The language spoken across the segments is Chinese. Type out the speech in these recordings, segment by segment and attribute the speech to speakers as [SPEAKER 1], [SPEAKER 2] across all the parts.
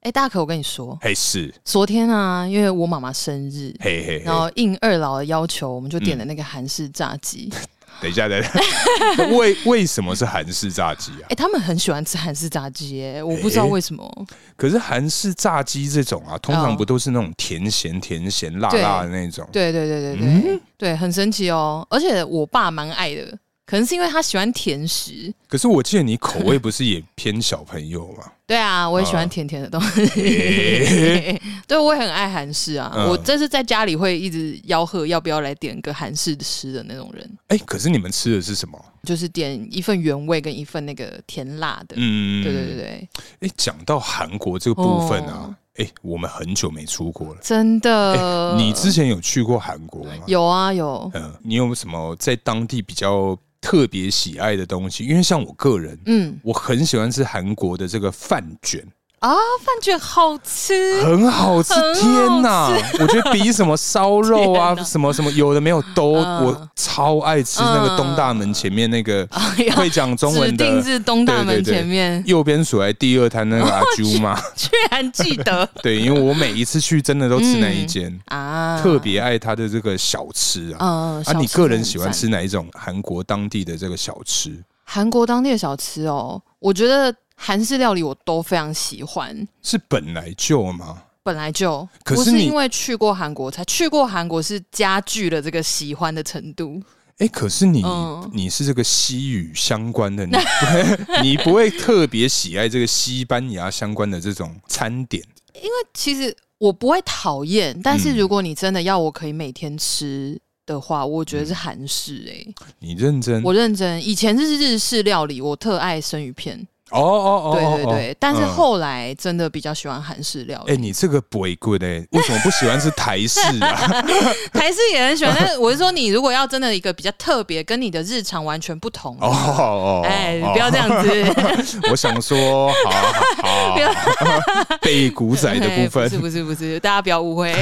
[SPEAKER 1] 哎、大可，我跟你说，
[SPEAKER 2] 嘿哎是，
[SPEAKER 1] 昨天啊，因为我妈妈生日，
[SPEAKER 2] 嘿嗯嘿
[SPEAKER 1] 然
[SPEAKER 2] 嘿，
[SPEAKER 1] 后应二老的要求，我们就点了那个韩式炸鸡。
[SPEAKER 2] 等一下，等一下，为为什么是韩式炸鸡啊
[SPEAKER 1] 哎、？他们很喜欢吃韩式炸鸡、耶，我不知道为什么。
[SPEAKER 2] 可是韩式炸鸡这种啊，通常
[SPEAKER 1] 哦
[SPEAKER 2] 不都是那种甜咸甜咸辣
[SPEAKER 1] 对
[SPEAKER 2] 辣的那种？
[SPEAKER 1] 对对对对
[SPEAKER 2] 嗯
[SPEAKER 1] 对、对，很神奇哦。而且我爸蛮爱的，可能是因为他喜欢甜食。
[SPEAKER 2] 可是我记得你口味不是也偏小朋友吗？
[SPEAKER 1] 对啊，我也
[SPEAKER 2] 哦
[SPEAKER 1] 喜欢甜甜的东西。 对，我也很爱韩式啊。
[SPEAKER 2] 嗯
[SPEAKER 1] 我这是在家里会一直吆喝要不要来点个韩式吃的那种人，
[SPEAKER 2] 哎、可是你们吃的是什么？
[SPEAKER 1] 就是点一份原味跟一份那个甜辣的。
[SPEAKER 2] 嗯，
[SPEAKER 1] 对对对。对，
[SPEAKER 2] 哎、讲到韩国这个部分啊
[SPEAKER 1] 哦，
[SPEAKER 2] 哎、我们很久没出国了。
[SPEAKER 1] 真
[SPEAKER 2] 哎、
[SPEAKER 1] 的。
[SPEAKER 2] 你之前有去过韩国吗？
[SPEAKER 1] 呃有啊有，
[SPEAKER 2] 嗯，你有什么在当地比较特别喜爱的东西？因为像我个人，
[SPEAKER 1] 嗯
[SPEAKER 2] 我很喜欢吃韩国的这个饭卷，
[SPEAKER 1] 啊，饭卷好吃。
[SPEAKER 2] 很好吃。
[SPEAKER 1] 很好吃
[SPEAKER 2] 天哪，我觉得比什么烧肉 啊
[SPEAKER 1] 天、哪
[SPEAKER 2] 什么什么有的没有都，
[SPEAKER 1] 嗯
[SPEAKER 2] 我超爱吃那个东大门前面那个
[SPEAKER 1] 哎呀
[SPEAKER 2] 会讲中文
[SPEAKER 1] 指
[SPEAKER 2] 的
[SPEAKER 1] 定。是哦东大
[SPEAKER 2] 对
[SPEAKER 1] 门
[SPEAKER 2] 对对
[SPEAKER 1] 前面，
[SPEAKER 2] 右边数来第二摊那个阿啾嘛，
[SPEAKER 1] 居然记 得
[SPEAKER 2] 对，因为我每一次去真的都吃那一间，
[SPEAKER 1] 啊！
[SPEAKER 2] 特别爱它的这个小吃啊。
[SPEAKER 1] 嗯，
[SPEAKER 2] 啊，
[SPEAKER 1] 小
[SPEAKER 2] 你
[SPEAKER 1] 吃
[SPEAKER 2] 个
[SPEAKER 1] 很
[SPEAKER 2] 人喜欢
[SPEAKER 1] 赞
[SPEAKER 2] 吃哪一种韩国当地的这个小吃？
[SPEAKER 1] 韩国当地的小吃哦？我觉得韩式料理我都非常喜欢，
[SPEAKER 2] 是本来就吗？
[SPEAKER 1] 本来就
[SPEAKER 2] 可
[SPEAKER 1] 我
[SPEAKER 2] 是
[SPEAKER 1] 是
[SPEAKER 2] 你
[SPEAKER 1] 因为去过韩国才去过韩国，是加剧了这个喜欢的程度。
[SPEAKER 2] 哎、可是你、
[SPEAKER 1] 嗯
[SPEAKER 2] 你是这个西语相关的，你不会 你不会特别喜爱这个西班牙相关的这种餐点
[SPEAKER 1] 其实我不会讨厌，但是
[SPEAKER 2] 嗯
[SPEAKER 1] 如果你真的要我可以每天吃的话，我觉得
[SPEAKER 2] 嗯
[SPEAKER 1] 是韩式哎、
[SPEAKER 2] 你认真？
[SPEAKER 1] 我认真，以前是日式料理，我特爱生鱼片，
[SPEAKER 2] 哦哦哦，
[SPEAKER 1] 对对
[SPEAKER 2] 哦
[SPEAKER 1] 对。但是。
[SPEAKER 2] 哦嗯
[SPEAKER 1] 后来真的比较喜欢韩式料
[SPEAKER 2] 哎、
[SPEAKER 1] 理，
[SPEAKER 2] 你这个不会 good 哎，为什么不喜欢吃台式 啊？
[SPEAKER 1] 台式也很喜欢。但是我是说，你如果要真的一个比较特别，跟你的日常完全不同的
[SPEAKER 2] 哦哦，
[SPEAKER 1] 哎，
[SPEAKER 2] 哦
[SPEAKER 1] 不要这样 子，
[SPEAKER 2] 我想说，好 好好，被古仔的部
[SPEAKER 1] 哎不是
[SPEAKER 2] 分，
[SPEAKER 1] 不是不是，大家不要误 会。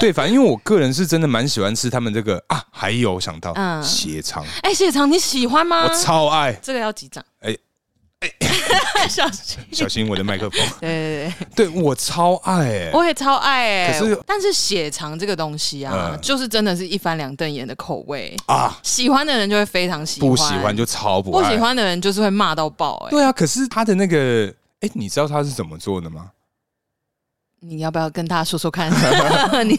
[SPEAKER 2] 对，反正因为我个人是真的蛮喜欢吃他们这个啊，还有我想到
[SPEAKER 1] 嗯
[SPEAKER 2] 血肠，
[SPEAKER 1] 哎，谢长你喜欢吗
[SPEAKER 2] 我？超爱，
[SPEAKER 1] 这个要几张？
[SPEAKER 2] 哎
[SPEAKER 1] 哎 哎，小心！
[SPEAKER 2] 小心我的 麦克风，
[SPEAKER 1] 对对对
[SPEAKER 2] 对我超爱，
[SPEAKER 1] 对，
[SPEAKER 2] 哎，
[SPEAKER 1] 我也超爱哎
[SPEAKER 2] 可是。
[SPEAKER 1] 但是血肠这个东西啊，
[SPEAKER 2] 嗯
[SPEAKER 1] 就是真的是一翻两瞪眼的口味，
[SPEAKER 2] 啊，
[SPEAKER 1] 喜欢的人就会非常喜欢，
[SPEAKER 2] 不喜欢就超不
[SPEAKER 1] 不
[SPEAKER 2] 爱，
[SPEAKER 1] 喜欢的人就是会骂到爆哎。
[SPEAKER 2] 对啊，可是他的那个，哎，你知道他是怎么做 的吗？
[SPEAKER 1] 你要不要跟大家说说 看？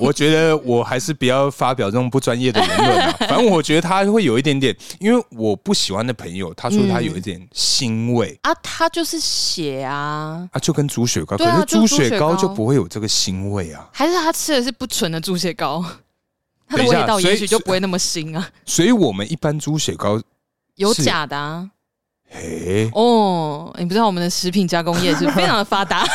[SPEAKER 2] 我觉得我还是不要发表这种不专业的言论 啊。反正我觉得他会有一点点，因为我不喜欢的朋友，他说他有一点腥味。
[SPEAKER 1] 啊，它就是血啊，
[SPEAKER 2] 啊，就跟猪血糕，
[SPEAKER 1] 对啊
[SPEAKER 2] 可是
[SPEAKER 1] 就
[SPEAKER 2] 猪
[SPEAKER 1] 猪血
[SPEAKER 2] 血糕
[SPEAKER 1] 糕
[SPEAKER 2] 就不会有这个腥味啊。
[SPEAKER 1] 还是他吃的是不纯的猪血 糕，它的
[SPEAKER 2] 等一
[SPEAKER 1] 味
[SPEAKER 2] 下
[SPEAKER 1] 道
[SPEAKER 2] 所以
[SPEAKER 1] 也许就不会那么腥啊，
[SPEAKER 2] 所以我们一般猪血糕，
[SPEAKER 1] 有
[SPEAKER 2] 是
[SPEAKER 1] 假的啊。
[SPEAKER 2] 嘿，
[SPEAKER 1] 哦，你不知道我们的食品加工业 是非常的发达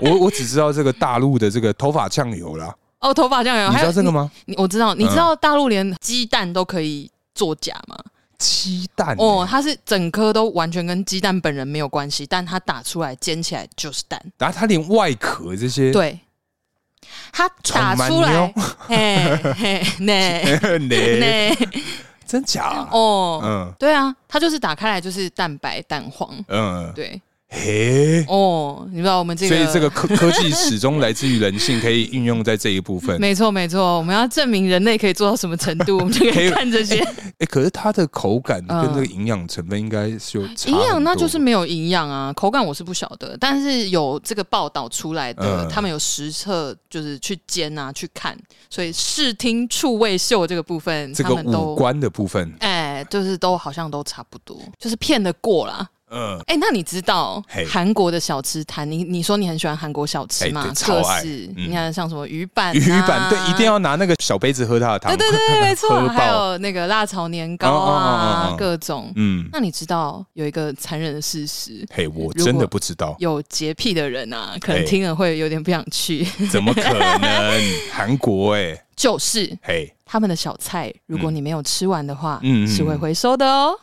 [SPEAKER 2] 我我只知道这个大陆的这个头发酱油啦，
[SPEAKER 1] 哦，头发酱油，
[SPEAKER 2] 你
[SPEAKER 1] 还
[SPEAKER 2] 知
[SPEAKER 1] 有
[SPEAKER 2] 道这个吗？
[SPEAKER 1] 你？你我知道，你
[SPEAKER 2] 嗯
[SPEAKER 1] 知道大陆连鸡蛋都可以作假吗？
[SPEAKER 2] 鸡蛋、
[SPEAKER 1] 哦，
[SPEAKER 2] 欸，
[SPEAKER 1] 它是整颗都完全跟鸡蛋本人没有关系，但它打出来煎起来就是蛋，
[SPEAKER 2] 然后它连外壳这些，
[SPEAKER 1] 对。它打出来，嘿嘿，那
[SPEAKER 2] 呢，
[SPEAKER 1] 那
[SPEAKER 2] 真假啊、
[SPEAKER 1] 哦，
[SPEAKER 2] 嗯
[SPEAKER 1] 对啊，它就是打开来就是蛋白蛋黄，
[SPEAKER 2] 嗯，
[SPEAKER 1] 对，
[SPEAKER 2] 嘿。
[SPEAKER 1] 哦，你知道我们这个，
[SPEAKER 2] 所以这个科科技始终来自于人性，可以运用在这一部分。哎、
[SPEAKER 1] 没错没错，我们要证明人类可以做到什么程 度，我们就可以看这些
[SPEAKER 2] 可是它的口感跟
[SPEAKER 1] 嗯
[SPEAKER 2] 这个营养成分应该是有差
[SPEAKER 1] 营养，
[SPEAKER 2] 很
[SPEAKER 1] 那
[SPEAKER 2] 多
[SPEAKER 1] 就是没有营养啊，口感我是不晓得，但是有这个报道出来的，
[SPEAKER 2] 嗯
[SPEAKER 1] 他们有实测，就是去煎啊去看，所以视听触味嗅这个部分，
[SPEAKER 2] 这
[SPEAKER 1] 他
[SPEAKER 2] 个
[SPEAKER 1] 们
[SPEAKER 2] 五
[SPEAKER 1] 都。
[SPEAKER 2] 官的部分。
[SPEAKER 1] 哎，就是都好像都差不多，就是骗得过啦。
[SPEAKER 2] 嗯，
[SPEAKER 1] 哎，那你知道
[SPEAKER 2] 嘿
[SPEAKER 1] 韩国的小吃摊？你你说你很喜欢韩国小吃
[SPEAKER 2] 哎
[SPEAKER 1] 嘛
[SPEAKER 2] 对？超
[SPEAKER 1] 各
[SPEAKER 2] 爱
[SPEAKER 1] 式，
[SPEAKER 2] 嗯
[SPEAKER 1] 你看像什么鱼板、
[SPEAKER 2] 呃鱼板对，一定。要拿那个小杯子喝它的汤。
[SPEAKER 1] 啊对对 对对，没
[SPEAKER 2] 喝
[SPEAKER 1] 错，
[SPEAKER 2] 爆
[SPEAKER 1] 还有那个辣炒年糕啊，
[SPEAKER 2] 哦哦哦哦哦
[SPEAKER 1] 各种。
[SPEAKER 2] 嗯，
[SPEAKER 1] 那你知道有一个残忍的事实，
[SPEAKER 2] 嘿，我
[SPEAKER 1] 如果
[SPEAKER 2] 真的不知道，
[SPEAKER 1] 有洁癖的人啊，可
[SPEAKER 2] 哎
[SPEAKER 1] 能听了会有点不想去，
[SPEAKER 2] 怎么可能？韩国哎、
[SPEAKER 1] 就是。
[SPEAKER 2] 嘿，
[SPEAKER 1] 他们的小菜，如果
[SPEAKER 2] 嗯
[SPEAKER 1] 你没有吃完的话，
[SPEAKER 2] 嗯嗯嗯
[SPEAKER 1] 是会回收的哦。？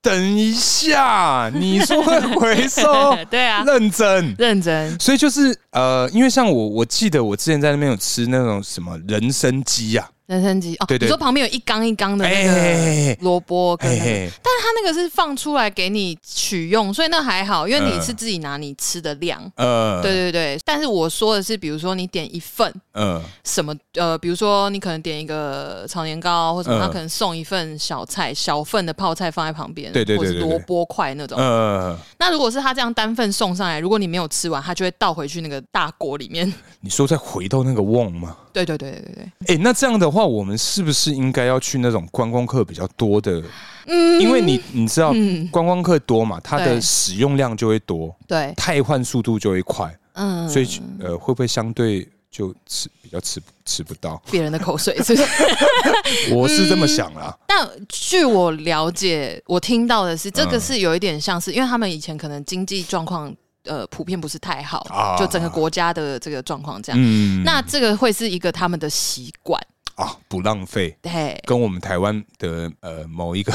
[SPEAKER 2] 等一下，你说会回收
[SPEAKER 1] 对啊，
[SPEAKER 2] 认真。
[SPEAKER 1] 认真
[SPEAKER 2] 所以就是呃，因为像我，我记得我之前在那边有吃那种什么人参鸡啊，
[SPEAKER 1] 人参鸡哦，
[SPEAKER 2] 对对
[SPEAKER 1] 你说旁边有一缸一缸的那
[SPEAKER 2] 哎
[SPEAKER 1] 个萝卜跟
[SPEAKER 2] 嘿
[SPEAKER 1] 那个，
[SPEAKER 2] 嘿，
[SPEAKER 1] 但它那个是放出来给你取用，所以那还好，因为你
[SPEAKER 2] 嗯
[SPEAKER 1] 是自己拿你吃的量。
[SPEAKER 2] 呃，
[SPEAKER 1] 对，对对，但是我说的是，比如说你点一份
[SPEAKER 2] 嗯
[SPEAKER 1] 什么，呃，比如说你可能点一个炒年糕或什么，
[SPEAKER 2] 嗯
[SPEAKER 1] 他可能送一份小菜，小份的泡菜放在旁边，
[SPEAKER 2] 对对对
[SPEAKER 1] 或是
[SPEAKER 2] 对对
[SPEAKER 1] 萝卜块那种。
[SPEAKER 2] 呃，
[SPEAKER 1] 那如果是他这样单份送上来，如果你没有吃完，他就会倒回去那个大锅里面。
[SPEAKER 2] 你说再回到那个瓮吗？
[SPEAKER 1] 对对对对对对，
[SPEAKER 2] 哎、那这样的话，我们是不是应该要去那种观光客比较多的？
[SPEAKER 1] 嗯
[SPEAKER 2] 因为你你知道，
[SPEAKER 1] 嗯
[SPEAKER 2] 观光客多嘛，它的
[SPEAKER 1] 对
[SPEAKER 2] 使用量就会多，
[SPEAKER 1] 对，
[SPEAKER 2] 汰换速度就会快，
[SPEAKER 1] 嗯，
[SPEAKER 2] 所以呃，会不会相对就吃比较吃吃不到？
[SPEAKER 1] 别人的口水是不是？嗯
[SPEAKER 2] 我是这么想啦。
[SPEAKER 1] 但据我了解，我听到的是，这个
[SPEAKER 2] 嗯
[SPEAKER 1] 是有一点像是，因为他们以前可能经济状况呃普遍不是太好，
[SPEAKER 2] 啊
[SPEAKER 1] 就整个国家的这个状况这样。
[SPEAKER 2] 嗯，
[SPEAKER 1] 那这个会是一个他们的习惯，
[SPEAKER 2] 啊，不浪费，
[SPEAKER 1] 对。
[SPEAKER 2] 跟我们台湾的呃某 一个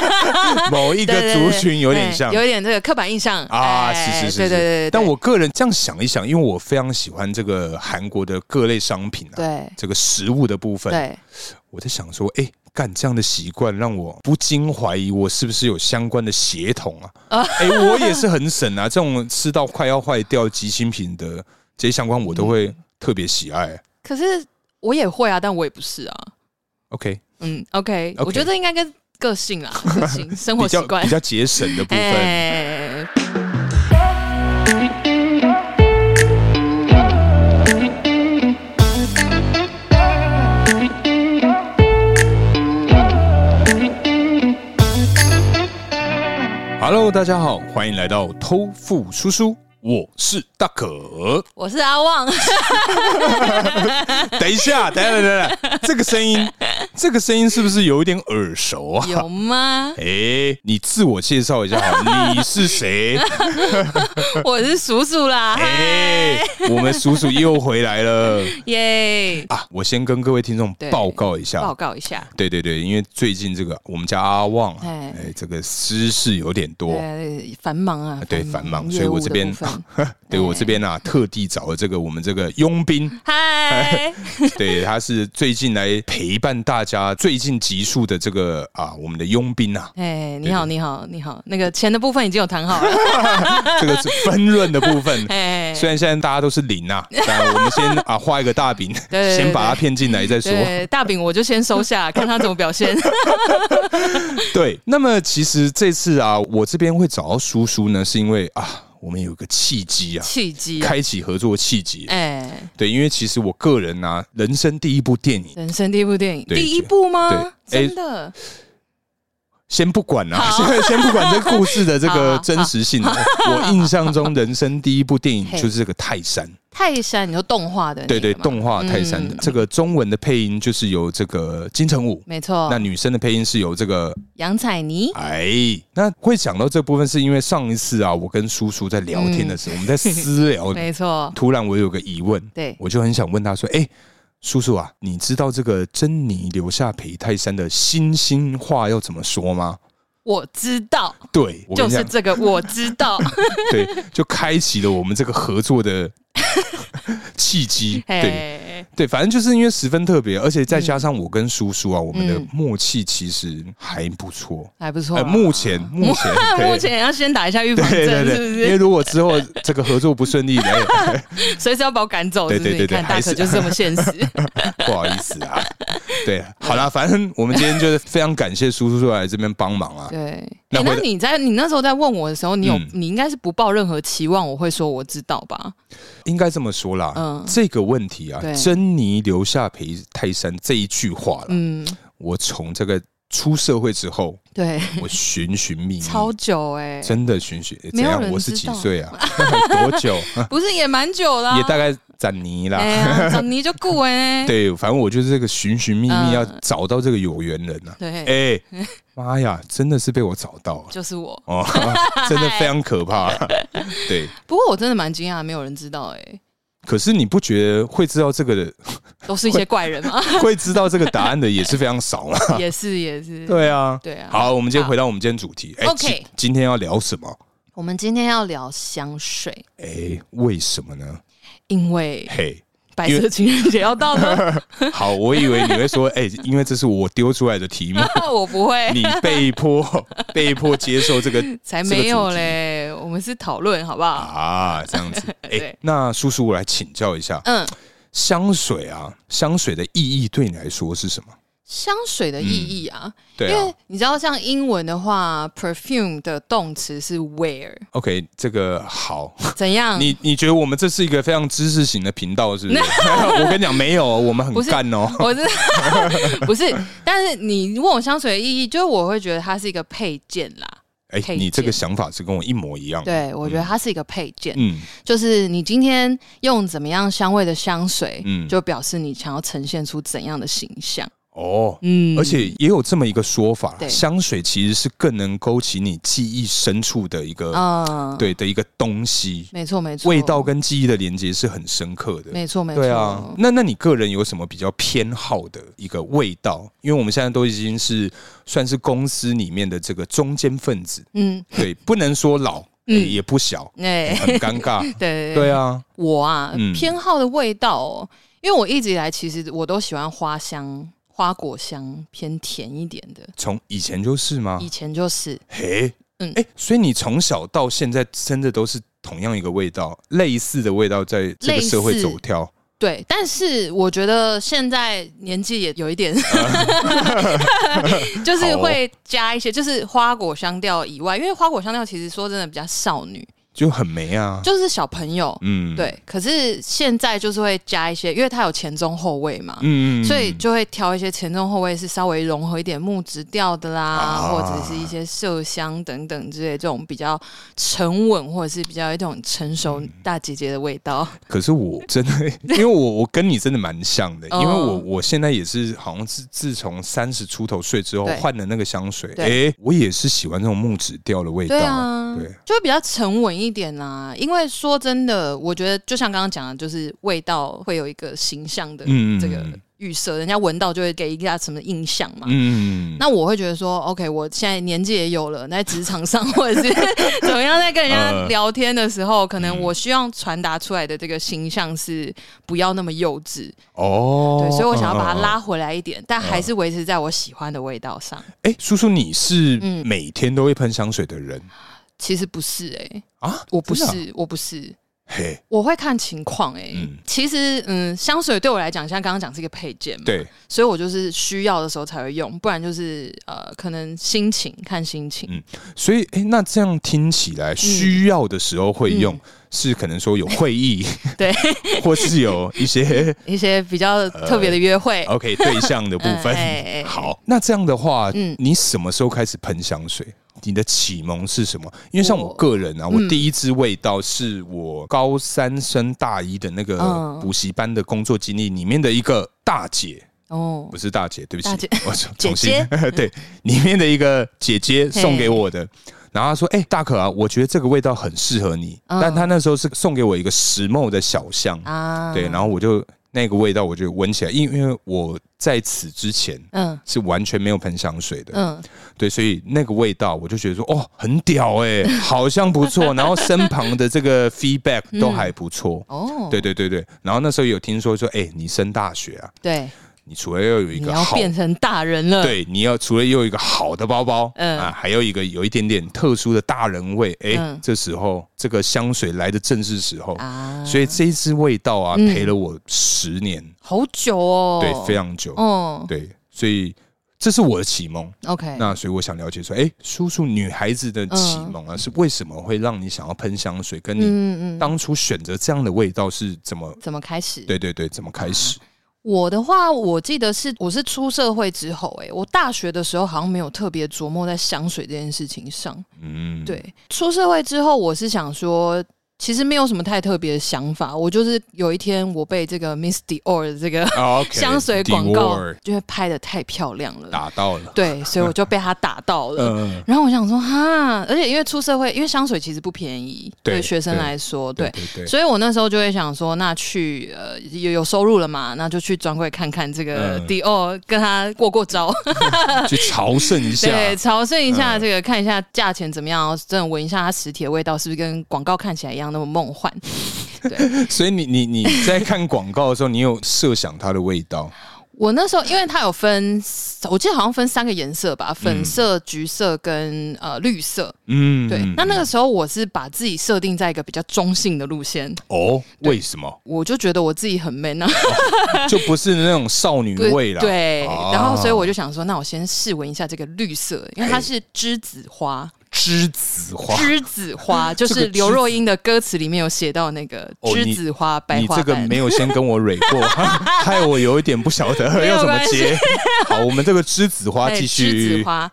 [SPEAKER 2] 某一
[SPEAKER 1] 对
[SPEAKER 2] 个
[SPEAKER 1] 对对
[SPEAKER 2] 族群有点
[SPEAKER 1] 对
[SPEAKER 2] 像
[SPEAKER 1] 有一点这个刻板印象
[SPEAKER 2] 啊，
[SPEAKER 1] 哎
[SPEAKER 2] 是是是，
[SPEAKER 1] 对对
[SPEAKER 2] 是
[SPEAKER 1] 对对。
[SPEAKER 2] 但
[SPEAKER 1] 对
[SPEAKER 2] 我个人这样想一想，因为我非常喜欢这个韩国的各类商品啊，
[SPEAKER 1] 对
[SPEAKER 2] 这个食物的部分，
[SPEAKER 1] 对
[SPEAKER 2] 我在想说，哎、干这样的习惯让我不禁怀疑我是不是有相关的血统啊？
[SPEAKER 1] 哦
[SPEAKER 2] 哎、我也是很省啊，这种吃到快要坏掉急性品的这些相关，我都
[SPEAKER 1] 嗯
[SPEAKER 2] 会特别喜爱。
[SPEAKER 1] 可是我也会啊，但我也不是啊。
[SPEAKER 2] OK，
[SPEAKER 1] 嗯，OK，
[SPEAKER 2] OK
[SPEAKER 1] 我觉得这应该跟个性啦，个性、生活
[SPEAKER 2] 比
[SPEAKER 1] 习
[SPEAKER 2] 较
[SPEAKER 1] 惯
[SPEAKER 2] 比较节省的部分。
[SPEAKER 1] 哎，
[SPEAKER 2] Hello，大家好，欢迎来到偷富叔叔，我是大可。
[SPEAKER 1] 我是阿旺，
[SPEAKER 2] 等 一下，等一下，等一下等一下，这个声音，这个声音是不是有一点耳熟啊？
[SPEAKER 1] 有吗？
[SPEAKER 2] 哎、你自我介绍一下好了，你 是谁？
[SPEAKER 1] 我是鼠鼠啦，
[SPEAKER 2] 哎、我们叔叔又回来了
[SPEAKER 1] 耶！
[SPEAKER 2] 啊！我先跟各位听众
[SPEAKER 1] 对
[SPEAKER 2] 报告一
[SPEAKER 1] 报
[SPEAKER 2] 下，
[SPEAKER 1] 告一下，
[SPEAKER 2] 对对对，因为最近这个我们家阿旺啊，哎
[SPEAKER 1] 哎、
[SPEAKER 2] 这个私事有点多。
[SPEAKER 1] 对，繁忙啊，
[SPEAKER 2] 哎对繁忙，
[SPEAKER 1] 业
[SPEAKER 2] 所以我
[SPEAKER 1] 务
[SPEAKER 2] 这
[SPEAKER 1] 的
[SPEAKER 2] 边
[SPEAKER 1] 部 分
[SPEAKER 2] 对我这边啊，特地找了这个我们这个佣兵，
[SPEAKER 1] 嗨，
[SPEAKER 2] 对，他是最近来陪伴大家最近集数的这个啊，我们的佣兵啊，
[SPEAKER 1] 哎，你好，你好，你好，那个钱的部分已经有谈 好了，。
[SPEAKER 2] 这个是分润的部 分
[SPEAKER 1] 哎，
[SPEAKER 2] 虽然现在大家都是零啊，但我们先啊画一个大饼，
[SPEAKER 1] 对对
[SPEAKER 2] 先把他骗进来再说。
[SPEAKER 1] 对大饼我就先收 下，看他怎么表现。
[SPEAKER 2] 对，那么其实这次啊，我这边会找到叔叔呢，是因为啊，我们有个契机啊，
[SPEAKER 1] 契机啊，
[SPEAKER 2] 开启合作契机。
[SPEAKER 1] 哎，
[SPEAKER 2] 对，因为其实我个人啊，人生第一部电影，
[SPEAKER 1] 人生第一部电影，
[SPEAKER 2] 对
[SPEAKER 1] 第一部吗？
[SPEAKER 2] 对哎
[SPEAKER 1] 真的，
[SPEAKER 2] 先不管啊，
[SPEAKER 1] 好
[SPEAKER 2] 先先不管这故事的这
[SPEAKER 1] 好
[SPEAKER 2] 个
[SPEAKER 1] 好
[SPEAKER 2] 真实性啊，我印象中人生第一部电影
[SPEAKER 1] 嘿
[SPEAKER 2] 就是这个《泰山》，
[SPEAKER 1] 泰山，你说动画的那个
[SPEAKER 2] 对
[SPEAKER 1] 吗，
[SPEAKER 2] 对，动画《泰山》
[SPEAKER 1] 嗯
[SPEAKER 2] 这个中文的配音就是由这个金城武。
[SPEAKER 1] 没错
[SPEAKER 2] 那，女生的配音是由这个
[SPEAKER 1] 杨采妮，
[SPEAKER 2] 哎，那会讲到这部分，是因为上一次啊，我跟叔叔在聊天的时候，我们在私聊
[SPEAKER 1] 没错，
[SPEAKER 2] 突然我有个疑问，
[SPEAKER 1] 对，
[SPEAKER 2] 我就很想问他说：“哎、叔叔啊，你知道这个珍妮留下裴泰山的星星话要怎么说吗
[SPEAKER 1] 我知道，？”
[SPEAKER 2] 对，我跟
[SPEAKER 1] 就
[SPEAKER 2] 你
[SPEAKER 1] 是
[SPEAKER 2] 讲，
[SPEAKER 1] 这个，我知 道，
[SPEAKER 2] 对，就开启了我们这个合作的契机。对
[SPEAKER 1] 哎，
[SPEAKER 2] 对，反正就是因为十分特别，而
[SPEAKER 1] 嗯
[SPEAKER 2] 且再加上我跟叔叔啊，我们的默契其实还不错。
[SPEAKER 1] 还不错
[SPEAKER 2] 呃，
[SPEAKER 1] 啊。
[SPEAKER 2] 目前目前 对
[SPEAKER 1] 目前要先打一下预防
[SPEAKER 2] 对
[SPEAKER 1] 针，
[SPEAKER 2] 对
[SPEAKER 1] 是不
[SPEAKER 2] 对，因为
[SPEAKER 1] 是？
[SPEAKER 2] 如果之后这个合作不顺利，哎，
[SPEAKER 1] 随时要把我赶走，是
[SPEAKER 2] 对
[SPEAKER 1] 不是？
[SPEAKER 2] 对
[SPEAKER 1] 你
[SPEAKER 2] 对对
[SPEAKER 1] 看大
[SPEAKER 2] 还
[SPEAKER 1] 可
[SPEAKER 2] 是
[SPEAKER 1] 就是这么现 实。
[SPEAKER 2] 不好意思啊。对，好啦，反正我们今天就是非常感谢叔叔来这边帮忙啊。
[SPEAKER 1] 对，
[SPEAKER 2] 那
[SPEAKER 1] 哎
[SPEAKER 2] 回
[SPEAKER 1] 那
[SPEAKER 2] 到
[SPEAKER 1] 你在你那时候在问我的时候，你有
[SPEAKER 2] 嗯
[SPEAKER 1] 你应该是不抱任何期望，我会说我知道吧？
[SPEAKER 2] 应该这么说啦，
[SPEAKER 1] 嗯
[SPEAKER 2] 这个问题啊
[SPEAKER 1] 对，
[SPEAKER 2] 珍妮留下陪泰山这一句话啦，
[SPEAKER 1] 嗯，
[SPEAKER 2] 我从这个出社会之后，
[SPEAKER 1] 对，
[SPEAKER 2] 我寻寻觅
[SPEAKER 1] 超
[SPEAKER 2] 觅。
[SPEAKER 1] 久哎，
[SPEAKER 2] 嗯真的寻寻，诶
[SPEAKER 1] 没
[SPEAKER 2] 怎
[SPEAKER 1] 有
[SPEAKER 2] 样？
[SPEAKER 1] 人
[SPEAKER 2] 我是
[SPEAKER 1] 知
[SPEAKER 2] 几
[SPEAKER 1] 道
[SPEAKER 2] 岁 啊？多久？
[SPEAKER 1] 不是也蛮久啦，
[SPEAKER 2] 也大概攒泥啦。
[SPEAKER 1] 哎 呀，长你就顾哎，
[SPEAKER 2] 对，反正我就是这个寻寻觅觅，
[SPEAKER 1] 嗯
[SPEAKER 2] 要找到这个有缘人啊。
[SPEAKER 1] 对，
[SPEAKER 2] 哎， 妈呀，真的是被我找到了。
[SPEAKER 1] 就是我。
[SPEAKER 2] 哦， 真的非常可怕。对，
[SPEAKER 1] 不过我真的蛮惊讶，没有人知道哎、
[SPEAKER 2] 可是你不觉得会知道这个的，
[SPEAKER 1] 都是一些怪人 吗？
[SPEAKER 2] 会知道这个答案的也是非常少嘛？
[SPEAKER 1] 也是也是，
[SPEAKER 2] 啊对啊，
[SPEAKER 1] 对啊。
[SPEAKER 2] 好，我们今天回到我们今天主题。哎
[SPEAKER 1] OK
[SPEAKER 2] 今今天要聊什么？
[SPEAKER 1] 我们今天要聊香水，
[SPEAKER 2] 哎，为什么呢？
[SPEAKER 1] 因为
[SPEAKER 2] 嘿，
[SPEAKER 1] 白色情人节要到 了，
[SPEAKER 2] 好，我以为你 会说，哎、因为这是我丢出来的题目，
[SPEAKER 1] 我不会，
[SPEAKER 2] 你被迫被迫接受这个
[SPEAKER 1] 才
[SPEAKER 2] 这个
[SPEAKER 1] 没有
[SPEAKER 2] 主题
[SPEAKER 1] 嘞，我们是讨论好不好？
[SPEAKER 2] 啊，这样子。 哎、
[SPEAKER 1] 对
[SPEAKER 2] 那叔叔，我来请教一下，
[SPEAKER 1] 嗯，
[SPEAKER 2] 香水啊，香水的意义对你来说是什么？
[SPEAKER 1] 香水的意义啊，
[SPEAKER 2] 对
[SPEAKER 1] 因
[SPEAKER 2] 啊
[SPEAKER 1] 为你知道，像英文的话，perfume 的动词是 wear，
[SPEAKER 2] ，OK，这个好，
[SPEAKER 1] 怎样？
[SPEAKER 2] 你你觉得我们这是一个非常知识型的频 道，是不是？ 我跟你讲，没有哦，我们
[SPEAKER 1] 不
[SPEAKER 2] 很
[SPEAKER 1] 是
[SPEAKER 2] 干哦。
[SPEAKER 1] 我是 不是？但是你问我香水的意义，就是我会觉得它是一个配件啦。
[SPEAKER 2] 哎、
[SPEAKER 1] 配
[SPEAKER 2] 你这个
[SPEAKER 1] 件
[SPEAKER 2] 想法是跟我一模一样。
[SPEAKER 1] 对，我觉得它是一个配件，
[SPEAKER 2] 嗯
[SPEAKER 1] 就是你今天用怎么样香味的香水，
[SPEAKER 2] 嗯，
[SPEAKER 1] 就表示你想要呈现出怎样的形象。
[SPEAKER 2] 哦。
[SPEAKER 1] 嗯，
[SPEAKER 2] 而且也有这么一个说法，
[SPEAKER 1] 对
[SPEAKER 2] 香水其实是更能勾起你记忆深处的一个、
[SPEAKER 1] 嗯，，
[SPEAKER 2] 对的一个东西，
[SPEAKER 1] 没错没错，
[SPEAKER 2] 味道跟记忆的连接是很深刻的。
[SPEAKER 1] 没错没错，
[SPEAKER 2] 对啊，那那你个人有什么比较偏好的一个味道？因为我们现在都已经是算是公司里面的这个中间分 子，
[SPEAKER 1] 嗯，
[SPEAKER 2] 对，不能说老，
[SPEAKER 1] 嗯
[SPEAKER 2] 欸也不小，
[SPEAKER 1] 哎、
[SPEAKER 2] 很尴尬。
[SPEAKER 1] 对
[SPEAKER 2] 嗯对啊，
[SPEAKER 1] 我啊、
[SPEAKER 2] 嗯
[SPEAKER 1] 偏好的味道哦，因为我一直以来其实我都喜欢花香、花果香偏甜一点的，
[SPEAKER 2] 从以前就是吗
[SPEAKER 1] 以？前就是
[SPEAKER 2] 嘿，嗯
[SPEAKER 1] 嗯，
[SPEAKER 2] 哎、所以你从小到现在真的都是同样一个味道，类似的味道在这个社会走跳。
[SPEAKER 1] 对，但是我觉得现在年纪也有一点，
[SPEAKER 2] 啊 哦
[SPEAKER 1] 就是会加一些，就是花果香调以外，因为花果香调其实说真的比较少女，
[SPEAKER 2] 就很没啊，
[SPEAKER 1] 就是小朋友。
[SPEAKER 2] 嗯，
[SPEAKER 1] 对，可是现在就是会加一些，因为它有前中后味嘛，
[SPEAKER 2] 嗯，嗯嗯
[SPEAKER 1] 所以就会挑一些前中后味是稍微融合一点木质调的啦，
[SPEAKER 2] 啊
[SPEAKER 1] 或者是一些麝香等等之类这种比较沉稳，或者是比较一种成熟
[SPEAKER 2] 嗯
[SPEAKER 1] 大姐姐的味道。
[SPEAKER 2] 可是我真的， 因为我我跟你真的蛮像的，因
[SPEAKER 1] 哦
[SPEAKER 2] 为我我现在也是好像自自从三十出头岁之后
[SPEAKER 1] 对
[SPEAKER 2] 换了那个香水，
[SPEAKER 1] 对
[SPEAKER 2] 哎、我也是喜欢这种木质调的味道，
[SPEAKER 1] 对啊，
[SPEAKER 2] 对
[SPEAKER 1] 就会比较沉稳一点啦。因为说真的，我觉得就像刚刚讲的，就是味道会有一个形象的
[SPEAKER 2] 嗯
[SPEAKER 1] 这个预设，人家闻到就会给一下什么印象嘛。
[SPEAKER 2] 嗯，
[SPEAKER 1] 那我会觉得说，OK，我现在年纪也有了，在职场上 或者是怎么样，在跟人
[SPEAKER 2] 呃
[SPEAKER 1] 家聊天的时候，可
[SPEAKER 2] 嗯
[SPEAKER 1] 能我希望传达出来的这个形象是不要那么幼稚，
[SPEAKER 2] 哦，
[SPEAKER 1] 对，所以我想要把它
[SPEAKER 2] 嗯。嗯嗯
[SPEAKER 1] 拉回来一点，但还是维持在我喜欢的味道上。
[SPEAKER 2] 哎、叔叔，你是
[SPEAKER 1] 嗯
[SPEAKER 2] 每天都会喷香水的人、
[SPEAKER 1] 其实不是哎、
[SPEAKER 2] 啊？
[SPEAKER 1] 我不
[SPEAKER 2] 真的啊
[SPEAKER 1] 是，我不是，
[SPEAKER 2] 嘿，
[SPEAKER 1] 我会看情况哎、
[SPEAKER 2] 嗯
[SPEAKER 1] 其实嗯，香水对我来讲，像刚刚讲是一个配件嘛，，
[SPEAKER 2] 对，
[SPEAKER 1] 所以我就是需要的时候才会用，不然就是呃，可能心情看心情。
[SPEAKER 2] 所以哎、那这样听起来，需要的时候会用，是可能说有会议，
[SPEAKER 1] 嗯 对，
[SPEAKER 2] 或是有一些
[SPEAKER 1] 一些比较
[SPEAKER 2] 呃
[SPEAKER 1] 特别的约会，
[SPEAKER 2] OK 对象的部
[SPEAKER 1] 哎嗯
[SPEAKER 2] 分。
[SPEAKER 1] 哎哎
[SPEAKER 2] 好，那这样的话，
[SPEAKER 1] 嗯
[SPEAKER 2] 你什么时候开始喷香水？你的启蒙是什么？因为像我
[SPEAKER 1] 我
[SPEAKER 2] 个人啊，我
[SPEAKER 1] 嗯
[SPEAKER 2] 第一支味道是我高三升大一的那个
[SPEAKER 1] 嗯
[SPEAKER 2] 补习班的工作经历里面的一个大姐，
[SPEAKER 1] 哦
[SPEAKER 2] 不，是大姐，对不
[SPEAKER 1] 大
[SPEAKER 2] 起
[SPEAKER 1] 姐，
[SPEAKER 2] 我重
[SPEAKER 1] 姐
[SPEAKER 2] 重新
[SPEAKER 1] 姐 嗯
[SPEAKER 2] 对里面的一个姐姐
[SPEAKER 1] 嘿
[SPEAKER 2] 送给我的。然后她说：“哎、大可啊，我觉得这个味道很适合你。
[SPEAKER 1] 嗯
[SPEAKER 2] 但她那时候是送给我一个石墨的小香，
[SPEAKER 1] 啊，
[SPEAKER 2] 对，然后我就那个味道，我就闻起来，因因为我在此之前
[SPEAKER 1] 嗯
[SPEAKER 2] 是完全没有喷香水的，
[SPEAKER 1] 嗯，
[SPEAKER 2] 对，所以那个味道我就觉得说，哦，很屌哎、 好像不错。然后身旁的这个 feedback 都还不错，
[SPEAKER 1] 嗯哦，
[SPEAKER 2] 对对对对。然后那时候有听说说，哎、你升大学啊，
[SPEAKER 1] 对，
[SPEAKER 2] 你除了要有一
[SPEAKER 1] 你
[SPEAKER 2] 个
[SPEAKER 1] 要
[SPEAKER 2] 好。
[SPEAKER 1] 变成大人了，，
[SPEAKER 2] 对，你要除了有一个好的包包，
[SPEAKER 1] 嗯
[SPEAKER 2] 啊，还有一个有一点点特殊的大人味，哎、
[SPEAKER 1] 嗯
[SPEAKER 2] 这时候这个香水来的正是时候，
[SPEAKER 1] 啊，
[SPEAKER 2] 所以这一支味道啊，
[SPEAKER 1] 嗯
[SPEAKER 2] 陪了我十年，
[SPEAKER 1] 好久哦，
[SPEAKER 2] 对，非，常久，
[SPEAKER 1] 哦
[SPEAKER 2] 对，所以这是我的启蒙。
[SPEAKER 1] ，OK，
[SPEAKER 2] 那所以我想了解说，哎、叔叔，女孩子的启蒙啊，是为什么会让你想要喷香水？跟你
[SPEAKER 1] 嗯嗯嗯嗯，
[SPEAKER 2] 当初选择这样的味道是怎么？
[SPEAKER 1] 怎么开始？
[SPEAKER 2] 对对对，怎么开始？
[SPEAKER 1] 啊我的话，我记得是我是出社会之后，哎，我大学的时候好像没有特别琢磨在香水这件事情上，
[SPEAKER 2] 嗯，
[SPEAKER 1] 对，出社会之后，我是想说。其实没有什么太特别的想法，我就是有一天我被这个 Miss Dior 的这个
[SPEAKER 2] 啊，OK，
[SPEAKER 1] 香水广告
[SPEAKER 2] Dior，
[SPEAKER 1] 就会拍的太漂亮了，
[SPEAKER 2] 打到了，
[SPEAKER 1] 对，所以我就被他打到了。
[SPEAKER 2] 嗯、
[SPEAKER 1] 然后我想说，哈，而且因为出社会，因为香水其实不便宜，
[SPEAKER 2] 对
[SPEAKER 1] 对学生来说，对
[SPEAKER 2] 对，对对，
[SPEAKER 1] 所以我那时候就会想说，那去呃有有收入了嘛，那就去专柜看看这个
[SPEAKER 2] 嗯
[SPEAKER 1] d 奥，跟他过过 招，
[SPEAKER 2] 去朝圣一下，嗯
[SPEAKER 1] 对，朝圣一下这个，看一下价钱怎么样，真的闻一下它实体的味道是不是跟广告看起来一样样那么梦幻。对，
[SPEAKER 2] 所以你你你在看广告的时候，你有设想它的味道，
[SPEAKER 1] 我那时候因为它有分，我记得好像分三个颜色吧，粉色、橘色跟呃绿色。
[SPEAKER 2] 嗯，
[SPEAKER 1] 对，
[SPEAKER 2] 嗯
[SPEAKER 1] 那那个时候我是把自己设定在一个比较中性的路线，
[SPEAKER 2] 哦，为什么
[SPEAKER 1] 我就觉得我自己很 man 啊，
[SPEAKER 2] 就不是那种少女
[SPEAKER 1] 对
[SPEAKER 2] 味啦？
[SPEAKER 1] 对，
[SPEAKER 2] 哦
[SPEAKER 1] 然后所以我就想说，那我先试闻一下这个绿色，因为它是栀子花。
[SPEAKER 2] 栀子花，
[SPEAKER 1] 栀子花就
[SPEAKER 2] 这个
[SPEAKER 1] 是
[SPEAKER 2] 栀
[SPEAKER 1] 刘
[SPEAKER 2] 子
[SPEAKER 1] 若英的歌词里面有写到那个
[SPEAKER 2] 哦你
[SPEAKER 1] 栀子花白
[SPEAKER 2] 你
[SPEAKER 1] 花
[SPEAKER 2] 这个
[SPEAKER 1] 瓣。
[SPEAKER 2] 没有先跟我蕊过， 害我有一点不晓得
[SPEAKER 1] 没有
[SPEAKER 2] 要怎么接。好，我们这个栀子花
[SPEAKER 1] 对
[SPEAKER 2] 继
[SPEAKER 1] 栀子
[SPEAKER 2] 续。
[SPEAKER 1] 花。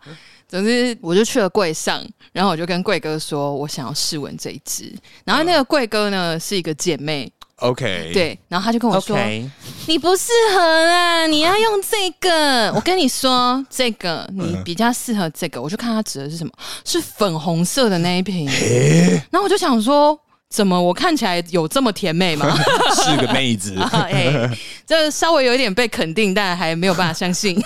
[SPEAKER 1] 总之，我就去了柜上，然后我就跟贵哥说，我想要试闻这一支。然后那个贵哥呢是一个姐妹，
[SPEAKER 2] OK，
[SPEAKER 1] 对，然后他就跟我说
[SPEAKER 2] ，OK，
[SPEAKER 1] 你不适合啊，你要用这 个。我跟你说，这个你
[SPEAKER 2] 嗯
[SPEAKER 1] 比较适合这个。我就看他指的是什么，是粉红色的那一 瓶。然后我就想说，怎么我看起来有这么甜美吗？
[SPEAKER 2] 是个妹子。
[SPEAKER 1] 啊，哎、这稍微有一点被肯定，但还没有办法相 信。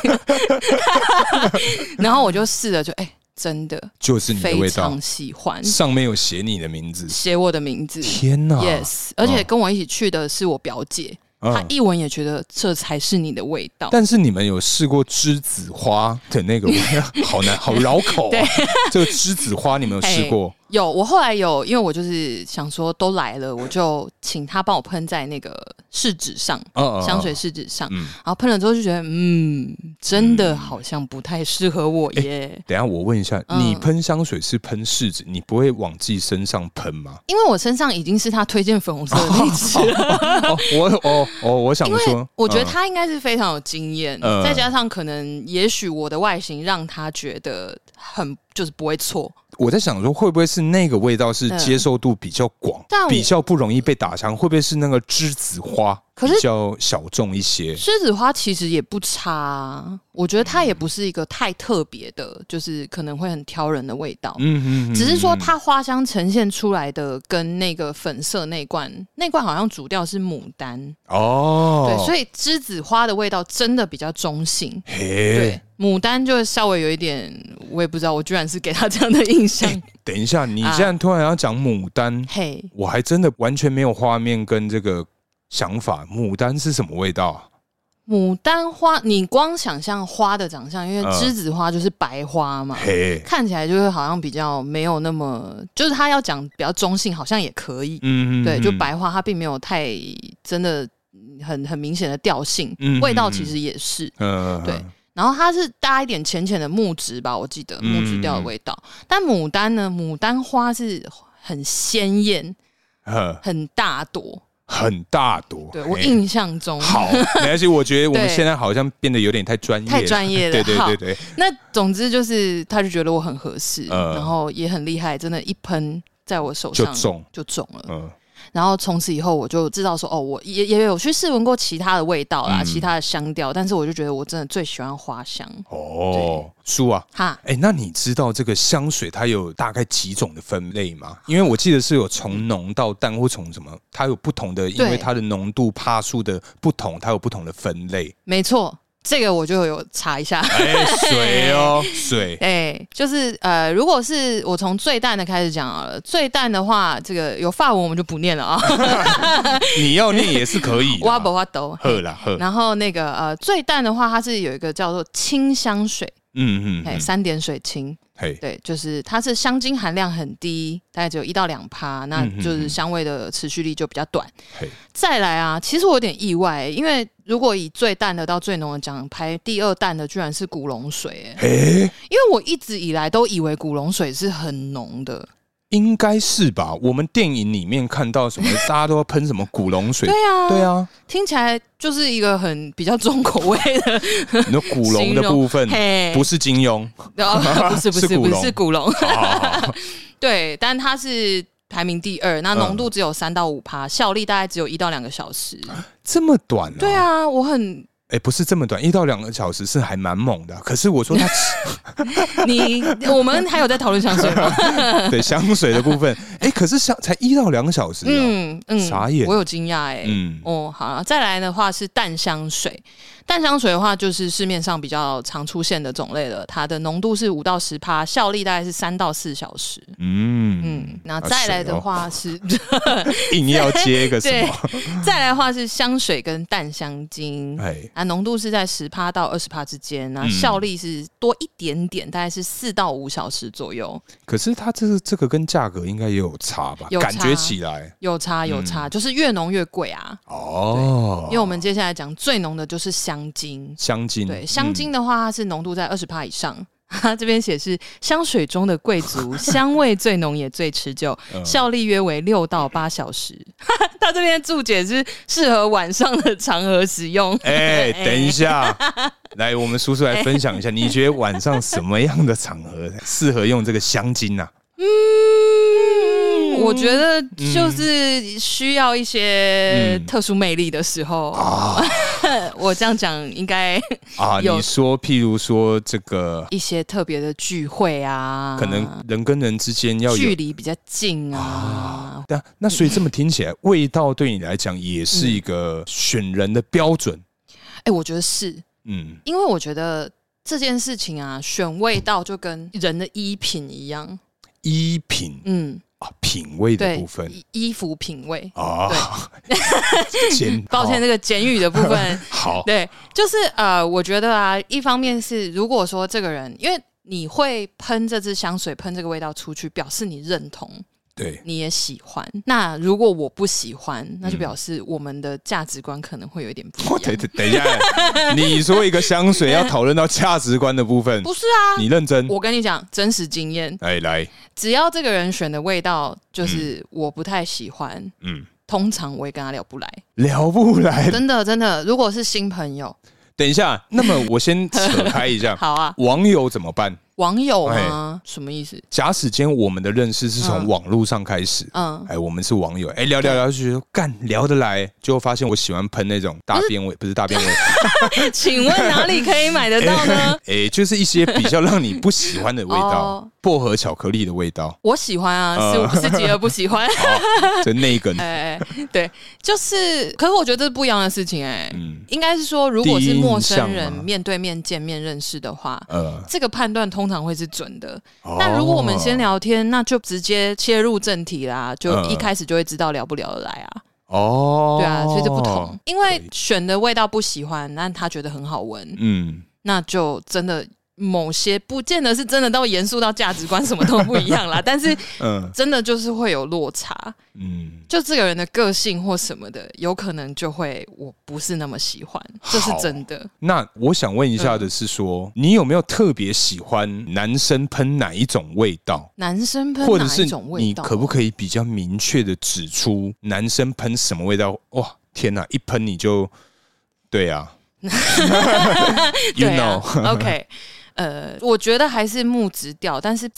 [SPEAKER 1] 然后我就试了，就哎、真的
[SPEAKER 2] 就是你 的
[SPEAKER 1] 非
[SPEAKER 2] 味道
[SPEAKER 1] 常，喜欢，
[SPEAKER 2] 上面有写你的名字。
[SPEAKER 1] 写我的名字。
[SPEAKER 2] 天哪
[SPEAKER 1] Yes，而
[SPEAKER 2] 啊
[SPEAKER 1] 且跟我一起去的是我表姐，
[SPEAKER 2] 嗯
[SPEAKER 1] 她一闻也觉得这才是你的味道。
[SPEAKER 2] 但是你们有试过栀子花的 那个味道，好难，好绕口啊！ 这个栀子花你们有试过？
[SPEAKER 1] 有，我后来有，因为我就是想说都来了，我就请他帮我喷在那个试纸上，
[SPEAKER 2] 嗯
[SPEAKER 1] 哎香水试纸上，
[SPEAKER 2] 嗯
[SPEAKER 1] 然后喷了之后就觉得，嗯，真的好像不太适合我耶。
[SPEAKER 2] 等一下，我问一下，
[SPEAKER 1] 嗯
[SPEAKER 2] 你喷香水是喷柿子，你不会往自己身上喷吗？
[SPEAKER 1] 因为我身上已经是他推荐粉红色的那支了，
[SPEAKER 2] 哦，我哦哦，我想说，
[SPEAKER 1] 嗯我觉得
[SPEAKER 2] 嗯
[SPEAKER 1] 他应该是非常有经验，
[SPEAKER 2] 嗯
[SPEAKER 1] 再加上可能也许我的外形让他觉得很就是不会错，
[SPEAKER 2] 我在想说，会不会是那个味道是
[SPEAKER 1] 嗯
[SPEAKER 2] 接受度比较广，
[SPEAKER 1] 但我
[SPEAKER 2] 比较不容易被打枪？会不会是那个栀子花
[SPEAKER 1] 可是
[SPEAKER 2] 比较小众一些？
[SPEAKER 1] 栀子花其实也不差啊，我觉得它也
[SPEAKER 2] 嗯
[SPEAKER 1] 不是一个太特别的，就是可能会很挑人的味道。
[SPEAKER 2] 嗯嗯嗯
[SPEAKER 1] 只是说
[SPEAKER 2] 嗯
[SPEAKER 1] 它花香呈现出来的跟那个粉色那罐那罐好像主调是牡丹，
[SPEAKER 2] 哦，
[SPEAKER 1] 对，所
[SPEAKER 2] 以
[SPEAKER 1] 以栀子花的味道真的比较中性。对
[SPEAKER 2] 嘿，，
[SPEAKER 1] 牡丹就稍微有一点，我也不知道，我居然是给他这样的印象。
[SPEAKER 2] 等一下，你
[SPEAKER 1] 啊
[SPEAKER 2] 既然突然要讲牡丹，
[SPEAKER 1] 嘿，
[SPEAKER 2] 我还真的完全没有画面跟这个想法，牡丹是什么味道啊？
[SPEAKER 1] 牡丹花，你光想象花的长相，因为
[SPEAKER 2] 嗯
[SPEAKER 1] 栀子花就是白花嘛，
[SPEAKER 2] 嘿，
[SPEAKER 1] 看起来就会好像比较没有那么，就是他要讲比较中性，好像也可以。
[SPEAKER 2] 嗯
[SPEAKER 1] 对，就，
[SPEAKER 2] 嗯
[SPEAKER 1] 白花它并没有太真的嗯很很明显的调性，
[SPEAKER 2] 嗯
[SPEAKER 1] 味道其实也是。
[SPEAKER 2] 嗯，嗯
[SPEAKER 1] 对，然后它是搭一点浅浅的木质吧，我记得
[SPEAKER 2] 嗯
[SPEAKER 1] 木质调的味道。但牡丹呢，牡丹花是很鲜艳、
[SPEAKER 2] 嗯
[SPEAKER 1] 很大朵。
[SPEAKER 2] 很大朵。
[SPEAKER 1] 对我
[SPEAKER 2] 嘿
[SPEAKER 1] 印象中，
[SPEAKER 2] 好，没关系，我觉得我们
[SPEAKER 1] 对
[SPEAKER 2] 现在好像变得有点太专业，
[SPEAKER 1] 太专业了
[SPEAKER 2] 对对
[SPEAKER 1] 好
[SPEAKER 2] 对对，
[SPEAKER 1] 那总之就是，他就觉得我很合适，
[SPEAKER 2] 呃
[SPEAKER 1] 然后也很厉害，真的，一喷在我手
[SPEAKER 2] 就
[SPEAKER 1] 上
[SPEAKER 2] 中，
[SPEAKER 1] 就中了。
[SPEAKER 2] 嗯，
[SPEAKER 1] 然后从此以后，我就知道说，哦，我也也有去试闻过其他的味道啦，
[SPEAKER 2] 嗯
[SPEAKER 1] 其他的香调，但是我就觉得我真的最喜欢花香。
[SPEAKER 2] 哦，叔啊，
[SPEAKER 1] 哈，
[SPEAKER 2] 哎、那你知道这个香水它有大概几种的分类吗？因为我记得是有从浓到淡，或从什么，它有不同的，因为它的浓度、帕数的不同，它有不同的分类。
[SPEAKER 1] 没错，这个我就有查一下。
[SPEAKER 2] 哎、水哦，水，
[SPEAKER 1] 哎、就是呃，如果是我从最淡的开始讲好了，最淡的话，这个有法文我们就不念了啊，
[SPEAKER 2] 你要念也是可以啦。
[SPEAKER 1] 哇不哇都。
[SPEAKER 2] 喝啦喝，
[SPEAKER 1] 然后那个呃，最淡的话，它是有一个叫做清香水，
[SPEAKER 2] 嗯嗯，
[SPEAKER 1] 哎、
[SPEAKER 2] 嗯
[SPEAKER 1] 三点水清，
[SPEAKER 2] 嘿，
[SPEAKER 1] 对，就是它是香精含量很低，大概只有一到两趴，那
[SPEAKER 2] 嗯嗯
[SPEAKER 1] 就是
[SPEAKER 2] 嗯
[SPEAKER 1] 香味的持续力就比较短。
[SPEAKER 2] 嘿
[SPEAKER 1] 再来啊，其实我有点意外、欸因为如果以最淡的到最浓的讲，排第二淡的居然是古龙水、欸，
[SPEAKER 2] 哎、
[SPEAKER 1] 因为我一直以来都以为古龙水是很浓的。
[SPEAKER 2] 应该是吧？我们电影里面看到什么，大家都要喷什么古龙水
[SPEAKER 1] 对，啊，
[SPEAKER 2] 对，啊，
[SPEAKER 1] 听起来就是一个很比较重口味的，
[SPEAKER 2] 你说古龙的部分
[SPEAKER 1] 嘿，
[SPEAKER 2] 不是金 庸， 哦
[SPEAKER 1] 哦，不是不
[SPEAKER 2] 是
[SPEAKER 1] 是
[SPEAKER 2] 古
[SPEAKER 1] 不
[SPEAKER 2] 龙
[SPEAKER 1] 是古龙，
[SPEAKER 2] 好好好好，
[SPEAKER 1] 对，但它是。排名第二，那
[SPEAKER 2] 嗯
[SPEAKER 1] 浓度只有三到五趴，效力大概只有一到两个小时。
[SPEAKER 2] 这么短、啊，
[SPEAKER 1] 对啊，我很
[SPEAKER 2] 哎，不是这么短，一到两个小时是还蛮猛的啊。可是我说 它
[SPEAKER 1] 你我们还有在讨论香水 吗？
[SPEAKER 2] 对香水的部分，哎，可是香才一到两个小时、哦，
[SPEAKER 1] 嗯嗯
[SPEAKER 2] 傻眼
[SPEAKER 1] 我有惊讶哎。
[SPEAKER 2] 嗯，
[SPEAKER 1] 哦，好了，再来的话是淡香水。淡香水的话，就是市面上比较常出现的种类了，它的浓度是五到十帕，效力大概是三到四小时。
[SPEAKER 2] 嗯
[SPEAKER 1] 嗯，那
[SPEAKER 2] 啊
[SPEAKER 1] 再来
[SPEAKER 2] 水
[SPEAKER 1] 的
[SPEAKER 2] 哦
[SPEAKER 1] 话是，
[SPEAKER 2] 硬要接一个什
[SPEAKER 1] 对
[SPEAKER 2] 么？，
[SPEAKER 1] 再来的话是香水跟淡香精。
[SPEAKER 2] 哎，
[SPEAKER 1] 啊，浓度是在十趴到二十趴之间，那
[SPEAKER 2] 嗯
[SPEAKER 1] 效力是多一点点，大概是四到五小时左右，
[SPEAKER 2] 可是它这个这个跟价格应该也有差吧？
[SPEAKER 1] 有差啊
[SPEAKER 2] 感觉起来
[SPEAKER 1] 有差有
[SPEAKER 2] 嗯
[SPEAKER 1] 差，就是越浓越贵啊。
[SPEAKER 2] 哦
[SPEAKER 1] 因，为我们接下来讲最浓的就是香精，
[SPEAKER 2] 香精
[SPEAKER 1] 对，香精
[SPEAKER 2] 嗯
[SPEAKER 1] 的话它是浓度在二十帕以上。 它这边写是香水中的贵族，香味最浓也最持久，
[SPEAKER 2] 嗯
[SPEAKER 1] 效力约为六到八小时。 它这边注解是适合晚上的场合使用。
[SPEAKER 2] 哎、等一下，来，我们叔叔来分享一下，你觉得晚上什么样的场合适合用这个香精啊？
[SPEAKER 1] 嗯，我觉得就是需要一些
[SPEAKER 2] 嗯
[SPEAKER 1] 特殊魅力的时候。
[SPEAKER 2] 啊
[SPEAKER 1] 我这样讲应该
[SPEAKER 2] 啊，
[SPEAKER 1] 有
[SPEAKER 2] 你说，譬如说这个，
[SPEAKER 1] 一些特别的聚会啊，
[SPEAKER 2] 可能人跟人之间要有
[SPEAKER 1] 距，离比较近啊。
[SPEAKER 2] 那那所以这么听起来，味道对你来讲也是一个选人的标准。
[SPEAKER 1] 哎、我觉得是
[SPEAKER 2] 嗯，
[SPEAKER 1] 因为我觉得这件事情啊，选味道就跟人的衣品一样，
[SPEAKER 2] 衣品
[SPEAKER 1] 嗯，
[SPEAKER 2] 啊，品味的
[SPEAKER 1] 对
[SPEAKER 2] 部，分
[SPEAKER 1] 衣衣服品味。
[SPEAKER 2] 啊，简
[SPEAKER 1] 抱歉，
[SPEAKER 2] 好
[SPEAKER 1] 这个监狱的部 分
[SPEAKER 2] 好，
[SPEAKER 1] 对，就是呃，我觉得啊，一方面是如果说这个人，因为你会喷这支香水，喷这个味道出去，表示你认同，
[SPEAKER 2] 对，
[SPEAKER 1] 你也喜欢。那如果我不喜欢，那就
[SPEAKER 2] 嗯
[SPEAKER 1] 表示我们的价值观可能会有一点不
[SPEAKER 2] 我
[SPEAKER 1] 一样。
[SPEAKER 2] 等等等一下，你说一个香水要讨论到价值观的部分，
[SPEAKER 1] 不是啊，
[SPEAKER 2] 你认真，
[SPEAKER 1] 我跟你讲真实经验，
[SPEAKER 2] 哎，来，
[SPEAKER 1] 只要这个人选的味道就是我不太喜欢，
[SPEAKER 2] 嗯。
[SPEAKER 1] 通常我也跟他聊不来。
[SPEAKER 2] 聊不来。
[SPEAKER 1] 真的真的，如果是新朋友，
[SPEAKER 2] 等一下，那么我 先扯开一下，
[SPEAKER 1] 好啊，
[SPEAKER 2] 网友怎么办？
[SPEAKER 1] 网友吗？什么意思？
[SPEAKER 2] 假使今天我们的认识是从
[SPEAKER 1] 嗯
[SPEAKER 2] 网络上开始，
[SPEAKER 1] 嗯，
[SPEAKER 2] 哎，我们是网友，哎，聊聊聊就觉得干聊得来，结果发现我喜欢喷那种大便味，不是大 便味，
[SPEAKER 1] 请问哪里可以买得 到呢？
[SPEAKER 2] 哎，就是一些比较让你不喜欢的味道
[SPEAKER 1] 哦，
[SPEAKER 2] 薄荷巧克力的味道，
[SPEAKER 1] 我喜欢啊，
[SPEAKER 2] 哦
[SPEAKER 1] 是我自己而不喜欢。
[SPEAKER 2] 就那一根，
[SPEAKER 1] 哎、对，就是，可是我觉得这是不一样的事情哎、
[SPEAKER 2] 嗯，
[SPEAKER 1] 应该是说，如果是陌生
[SPEAKER 2] 第一印
[SPEAKER 1] 人
[SPEAKER 2] 象吗
[SPEAKER 1] 面对面见面认识的话，
[SPEAKER 2] 呃，
[SPEAKER 1] 这个判断通常会是准的。
[SPEAKER 2] 哦
[SPEAKER 1] 那如果我们先聊天，那就直接切入正题啦，就
[SPEAKER 2] 嗯
[SPEAKER 1] 一开始就会知道聊不聊得来啊。
[SPEAKER 2] 哦，哦
[SPEAKER 1] 对啊，所以这不同，，因为
[SPEAKER 2] 可以
[SPEAKER 1] 选的味道不喜欢，但他觉得很好闻，
[SPEAKER 2] 嗯，
[SPEAKER 1] 那就真的。某些不见得是真的到严肃到价值观什么都不一 样啦，但是
[SPEAKER 2] 嗯
[SPEAKER 1] 真的就是会有落差。
[SPEAKER 2] 嗯，
[SPEAKER 1] 就这个人的个性或什么的，有可能就会我不是那么喜欢，这是真的。
[SPEAKER 2] 那我想问一下的
[SPEAKER 1] 嗯
[SPEAKER 2] 是说，你有没有特别喜欢男生喷哪一种味道？
[SPEAKER 1] 男生喷
[SPEAKER 2] 或者
[SPEAKER 1] 哪
[SPEAKER 2] 是
[SPEAKER 1] 一种味
[SPEAKER 2] 你
[SPEAKER 1] 道？
[SPEAKER 2] 可不可以比较明确的指出男生喷什么味道？哇，天哪！一喷你就，对啊，You
[SPEAKER 1] 对啊
[SPEAKER 2] know，
[SPEAKER 1] OK，呃，我觉得还是木质调，但是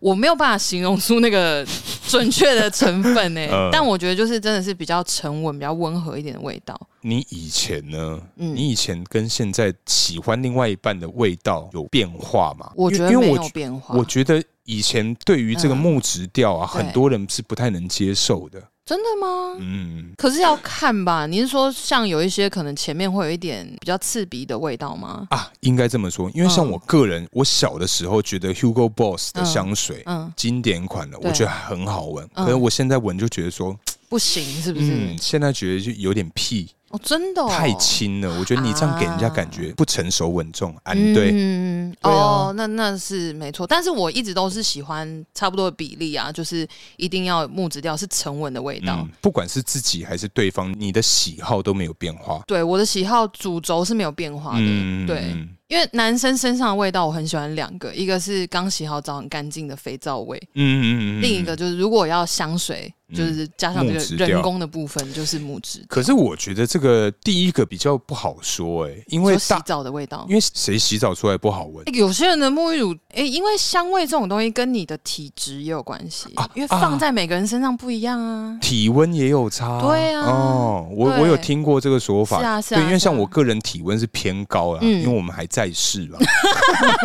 [SPEAKER 1] 我没有办法形容出那个准确的成 分呢、欸
[SPEAKER 2] 嗯
[SPEAKER 1] 但我觉得就是真的是比较沉稳、比较温和一点的味道。
[SPEAKER 2] 你以前呢？
[SPEAKER 1] 嗯
[SPEAKER 2] 你以前跟现在喜欢另外一半的味道有变化吗？
[SPEAKER 1] 我觉得
[SPEAKER 2] 因为
[SPEAKER 1] 没
[SPEAKER 2] 因为
[SPEAKER 1] 有
[SPEAKER 2] 我
[SPEAKER 1] 变化，
[SPEAKER 2] 我觉得以前对于这个
[SPEAKER 1] 嗯
[SPEAKER 2] 木质调啊，
[SPEAKER 1] 对
[SPEAKER 2] 很多人是不太能接受的。
[SPEAKER 1] 真的吗？
[SPEAKER 2] 嗯，
[SPEAKER 1] 可是要看吧，你是说像有一些可能前面会有一点比较刺鼻的味道吗？
[SPEAKER 2] 啊，应该这么说，因为像
[SPEAKER 1] 嗯
[SPEAKER 2] 我个人，我小的时候觉得 Hugo Boss 的
[SPEAKER 1] 嗯
[SPEAKER 2] 香水、
[SPEAKER 1] 嗯，
[SPEAKER 2] 经典款的，
[SPEAKER 1] 对
[SPEAKER 2] 我觉得很好闻。
[SPEAKER 1] 嗯
[SPEAKER 2] 可是我现在闻就觉得说，
[SPEAKER 1] 不行，是不是？
[SPEAKER 2] 嗯，现在觉得就有点屁，
[SPEAKER 1] 哦，真的、哦、啊
[SPEAKER 2] 太轻了。我觉得你这样给人家感觉不成熟稳重。嗯，对，
[SPEAKER 1] 嗯，
[SPEAKER 2] 对啊
[SPEAKER 1] 哦，那那是没错，但是我一直都是喜欢差不多的比例啊，就是一定要木质调是沉稳的味道。
[SPEAKER 2] 嗯，不管是自己还是对方，你的喜好都没有变化。
[SPEAKER 1] 对我的喜好主轴是没有变化的，
[SPEAKER 2] 嗯，
[SPEAKER 1] 啊对，
[SPEAKER 2] 嗯
[SPEAKER 1] 因为男生身上的味道我很喜欢两个，一个是刚洗好澡很干净的肥皂味，
[SPEAKER 2] 嗯嗯嗯，嗯
[SPEAKER 1] 另一个就是如果要香水，就是加上这
[SPEAKER 2] 木
[SPEAKER 1] 个
[SPEAKER 2] 质调
[SPEAKER 1] 人工的部分，就是木质，
[SPEAKER 2] 可是我觉得这个第一个比较不好说哎、因为
[SPEAKER 1] 说洗
[SPEAKER 2] 大
[SPEAKER 1] 澡的味道。
[SPEAKER 2] 因为谁洗澡出来不好闻
[SPEAKER 1] 欸有些人的沐浴乳，哎、因为香味这种东西跟你的体质也有关系、
[SPEAKER 2] 啊
[SPEAKER 1] 因为
[SPEAKER 2] 啊
[SPEAKER 1] 放在每个人身上不一样啊。
[SPEAKER 2] 体温也有差，
[SPEAKER 1] 对啊
[SPEAKER 2] 哦，我
[SPEAKER 1] 对
[SPEAKER 2] 我有听过这个说法，
[SPEAKER 1] 是啊是啊
[SPEAKER 2] 对，因为
[SPEAKER 1] 是啊
[SPEAKER 2] 像我个人体温是偏高啦，
[SPEAKER 1] 嗯
[SPEAKER 2] 因为我们还在世啦，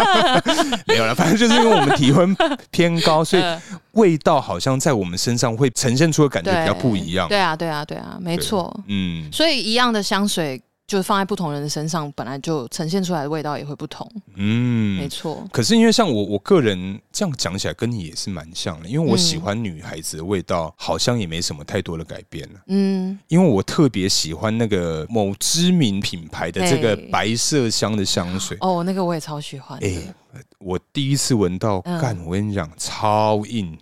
[SPEAKER 2] 没有啦，反正就是因为我们体温偏高，所以
[SPEAKER 1] 呃
[SPEAKER 2] 味道好像在我们身上会呈现出的感觉
[SPEAKER 1] 对
[SPEAKER 2] 比较不一样，
[SPEAKER 1] 对啊，对啊，对啊，没错。
[SPEAKER 2] 嗯，
[SPEAKER 1] 所以一样的香水，就放在不同人的身上，本来就呈现出来的味道也会不同。
[SPEAKER 2] 嗯
[SPEAKER 1] 没错，
[SPEAKER 2] 可是因为像我，我个人这样讲起来跟你也是蛮像的，因为
[SPEAKER 1] 嗯
[SPEAKER 2] 我喜欢女孩子的味道，好像也没什么太多的改变了。
[SPEAKER 1] 嗯，
[SPEAKER 2] 因为我特别喜欢那个某知名品牌的这个
[SPEAKER 1] 嘿
[SPEAKER 2] 白色香的香水，
[SPEAKER 1] 哦，那个我也超喜欢的。
[SPEAKER 2] 哎、我第一次闻到，
[SPEAKER 1] 嗯
[SPEAKER 2] 干、我跟你讲，超硬。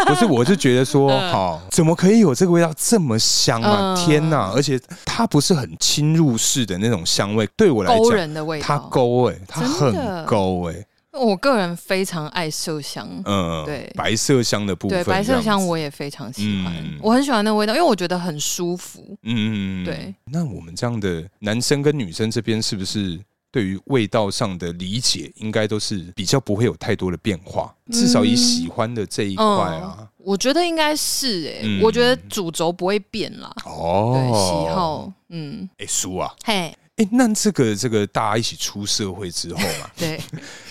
[SPEAKER 2] 不是，我就觉得说，
[SPEAKER 1] 嗯
[SPEAKER 2] 好，怎么可以有这个味道这么香啊？
[SPEAKER 1] 嗯
[SPEAKER 2] 天哪！而且它不是很侵入式的那种香味，对我来
[SPEAKER 1] 勾
[SPEAKER 2] 讲，
[SPEAKER 1] 人的味
[SPEAKER 2] 它
[SPEAKER 1] 道。
[SPEAKER 2] 勾哎、它
[SPEAKER 1] 真的
[SPEAKER 2] 很勾哎、
[SPEAKER 1] 我个人非常爱麝香，
[SPEAKER 2] 嗯，
[SPEAKER 1] 对
[SPEAKER 2] 白麝香的部分，
[SPEAKER 1] 对白麝香
[SPEAKER 2] 我，
[SPEAKER 1] 我也非常喜欢，
[SPEAKER 2] 嗯
[SPEAKER 1] 我很喜欢那个味道，因为我觉得很舒服。
[SPEAKER 2] 嗯嗯嗯，嗯
[SPEAKER 1] 对。
[SPEAKER 2] 那我们这样的男生跟女生这边，是不是对于味道上的理解，应该都是比较不会有太多的变化？
[SPEAKER 1] 嗯
[SPEAKER 2] 至少以喜欢的这一块啊，
[SPEAKER 1] 我觉得应该是哎、
[SPEAKER 2] 嗯
[SPEAKER 1] 我觉得主轴不会变啦。嗯
[SPEAKER 2] 哦，
[SPEAKER 1] 对，喜。好，嗯，
[SPEAKER 2] 哎，叔啊，
[SPEAKER 1] 嘿，，
[SPEAKER 2] 哎，那这个这个大家一起出社会之后嘛
[SPEAKER 1] 对，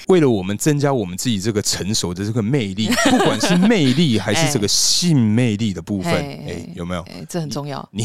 [SPEAKER 2] 为了我们增加我们自己这个成熟的这个魅力，不管是魅力还是这个性魅力的 部分，
[SPEAKER 1] 哎
[SPEAKER 2] 哎，有没有？
[SPEAKER 1] 哎、这很重要。
[SPEAKER 2] 你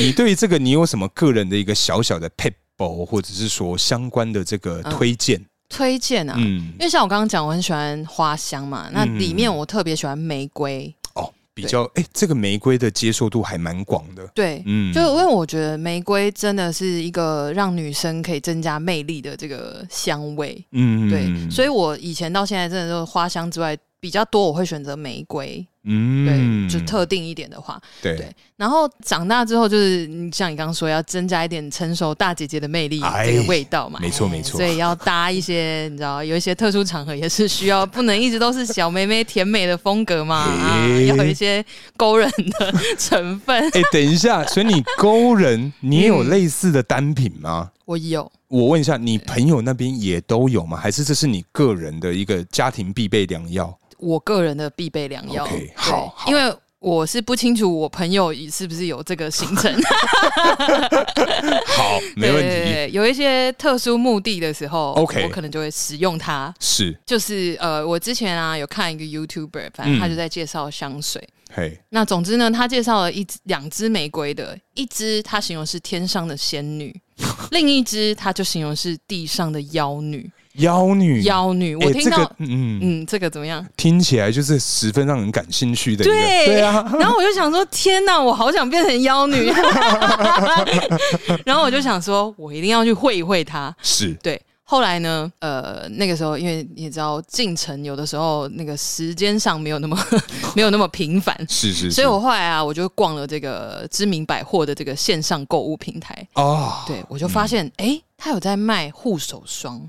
[SPEAKER 2] 你对于这个你有什么个人的一个小小的 p e p 或者是说相关的这个
[SPEAKER 1] 嗯
[SPEAKER 2] 推荐？
[SPEAKER 1] 推荐啊，
[SPEAKER 2] 嗯
[SPEAKER 1] 因，为像我刚刚讲，我很喜欢花香嘛，那里面我特别喜欢玫瑰。
[SPEAKER 2] 哦，比较哎、这个玫瑰的接受度还蛮广的。
[SPEAKER 1] 对，
[SPEAKER 2] 嗯，
[SPEAKER 1] 就是因为我觉得玫瑰真的是一个让女生可以增加魅力的这个香味。
[SPEAKER 2] 嗯
[SPEAKER 1] 对，所
[SPEAKER 2] 以
[SPEAKER 1] 以我以前到现在真的就是花香之外比较多，我会选择玫瑰。对，
[SPEAKER 2] 嗯
[SPEAKER 1] 就特定一点的话，
[SPEAKER 2] 对
[SPEAKER 1] 对然后长大之后就是你像你刚刚说，要增加一点成熟大姐姐的魅力，
[SPEAKER 2] 哎
[SPEAKER 1] 这个味道嘛。
[SPEAKER 2] 没错
[SPEAKER 1] 哎
[SPEAKER 2] 没错
[SPEAKER 1] 所以要搭一些，你知道，有一些特殊场合也是需要，不能一直都是小妹妹甜美的风格嘛，啊
[SPEAKER 2] 哎
[SPEAKER 1] 要有一些勾人的成分。
[SPEAKER 2] 哎、等一下，所以你勾人，你也有
[SPEAKER 1] 嗯
[SPEAKER 2] 类似的单品吗？
[SPEAKER 1] 我有，
[SPEAKER 2] 我问一下，你朋友那边也都有吗？还是这是你个人的一个家庭必备 良药？
[SPEAKER 1] 我个人的必备良药。
[SPEAKER 2] OK，
[SPEAKER 1] 对
[SPEAKER 2] 好好
[SPEAKER 1] 因为我是不清楚我朋友是不是有这个行程，
[SPEAKER 2] 好， 没问
[SPEAKER 1] 对对
[SPEAKER 2] 题，
[SPEAKER 1] 对有一些特殊目的的时候
[SPEAKER 2] OK
[SPEAKER 1] 我可能就会使用它。
[SPEAKER 2] 是，
[SPEAKER 1] 就是呃，我之前啊有看一个 YouTuber，反正他
[SPEAKER 2] 嗯
[SPEAKER 1] 就在介绍香水。
[SPEAKER 2] 嘿，
[SPEAKER 1] 那总之呢，他介绍了一支两支玫瑰的，一支他形容是天上的仙 女，另一支他就形容是地上的妖女。
[SPEAKER 2] 妖女，
[SPEAKER 1] 妖女，
[SPEAKER 2] 哎
[SPEAKER 1] 我听到，
[SPEAKER 2] 这个、嗯。
[SPEAKER 1] 嗯，这个怎么样？
[SPEAKER 2] 听起来就是十分让人感兴趣的一个，
[SPEAKER 1] 对
[SPEAKER 2] 对啊，
[SPEAKER 1] 然后我就想说，天哪，我好想变成妖女。 然后我就想说，我一定要去会一会她。
[SPEAKER 2] 是，
[SPEAKER 1] 对，后来呢，呃，那个时候因为你也知道，进城有的时候那个时间上没有 那么没有那么频繁，
[SPEAKER 2] 是是，
[SPEAKER 1] 所以我后来啊，我就逛了这个知名百货的这个线上购物平台，
[SPEAKER 2] 哦，嗯
[SPEAKER 1] 对我就发现，哎、他有在卖护手霜，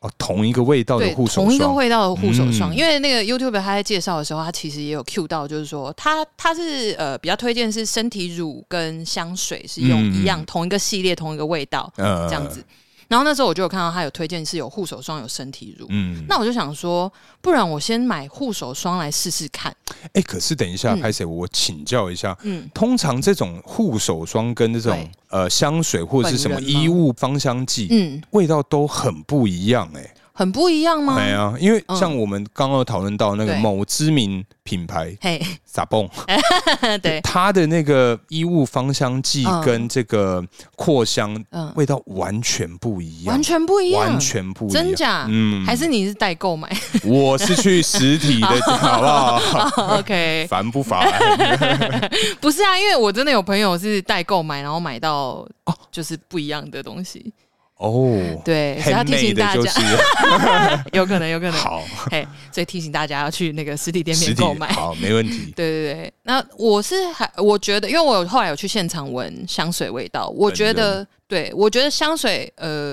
[SPEAKER 2] 哦，同一个味道的
[SPEAKER 1] 对，
[SPEAKER 2] 护手
[SPEAKER 1] 同一个
[SPEAKER 2] 霜，
[SPEAKER 1] 味道的护手霜。
[SPEAKER 2] 嗯
[SPEAKER 1] 因为那个 YouTube 他在介绍的时候，他其实也有 cue 到，就是说他他是呃比较推荐是身体乳跟香水是用
[SPEAKER 2] 嗯
[SPEAKER 1] 一样、同一个系列同一个味道
[SPEAKER 2] 呃
[SPEAKER 1] 这样，子。然后那时候我就有看到他有推荐是有护手霜有身体乳，
[SPEAKER 2] 嗯，
[SPEAKER 1] 那我就想说，不然我先买护手霜来试试看。
[SPEAKER 2] 哎，可是等一下，
[SPEAKER 1] 嗯
[SPEAKER 2] 拍谁？我请教一下。
[SPEAKER 1] 嗯，
[SPEAKER 2] 通常这种护手霜跟这种
[SPEAKER 1] 对
[SPEAKER 2] 呃香水或者是什么
[SPEAKER 1] 本人吗
[SPEAKER 2] 衣物芳香剂，
[SPEAKER 1] 嗯，
[SPEAKER 2] 味道都很不一样哎、
[SPEAKER 1] 很不一样吗？
[SPEAKER 2] 哎呀，因为
[SPEAKER 1] 嗯
[SPEAKER 2] 像我们刚刚有讨论到那个
[SPEAKER 1] 对
[SPEAKER 2] 某知名品牌
[SPEAKER 1] 嘿，
[SPEAKER 2] 撒蹦，
[SPEAKER 1] 对，
[SPEAKER 2] 它的那个衣物芳香剂
[SPEAKER 1] 嗯
[SPEAKER 2] 跟这个扩香
[SPEAKER 1] 嗯，
[SPEAKER 2] 味道完全不一样
[SPEAKER 1] 完，全不一样，
[SPEAKER 2] 完全不一样，
[SPEAKER 1] 真假？
[SPEAKER 2] 嗯
[SPEAKER 1] 还是你是代 购买
[SPEAKER 2] 我是去实 体的，好不好？
[SPEAKER 1] ？OK，
[SPEAKER 2] 烦 不烦？
[SPEAKER 1] 不是啊，因为我真的有朋友是代购买，然后买到就是不一样的东西。
[SPEAKER 2] 哦，
[SPEAKER 1] 对，所以要
[SPEAKER 2] 很
[SPEAKER 1] 提
[SPEAKER 2] 美
[SPEAKER 1] 醒
[SPEAKER 2] 的
[SPEAKER 1] 大
[SPEAKER 2] 就
[SPEAKER 1] 家
[SPEAKER 2] 是，
[SPEAKER 1] 有可能，有可能。
[SPEAKER 2] 好，
[SPEAKER 1] 嘿，所以提醒大家要去那个实体店
[SPEAKER 2] 实
[SPEAKER 1] 面
[SPEAKER 2] 体
[SPEAKER 1] 购买。
[SPEAKER 2] 好，没问题。
[SPEAKER 1] 对对对，那我是还我觉得，因为我后来有去现场闻香水味道，我觉得，对我觉得香水，呃，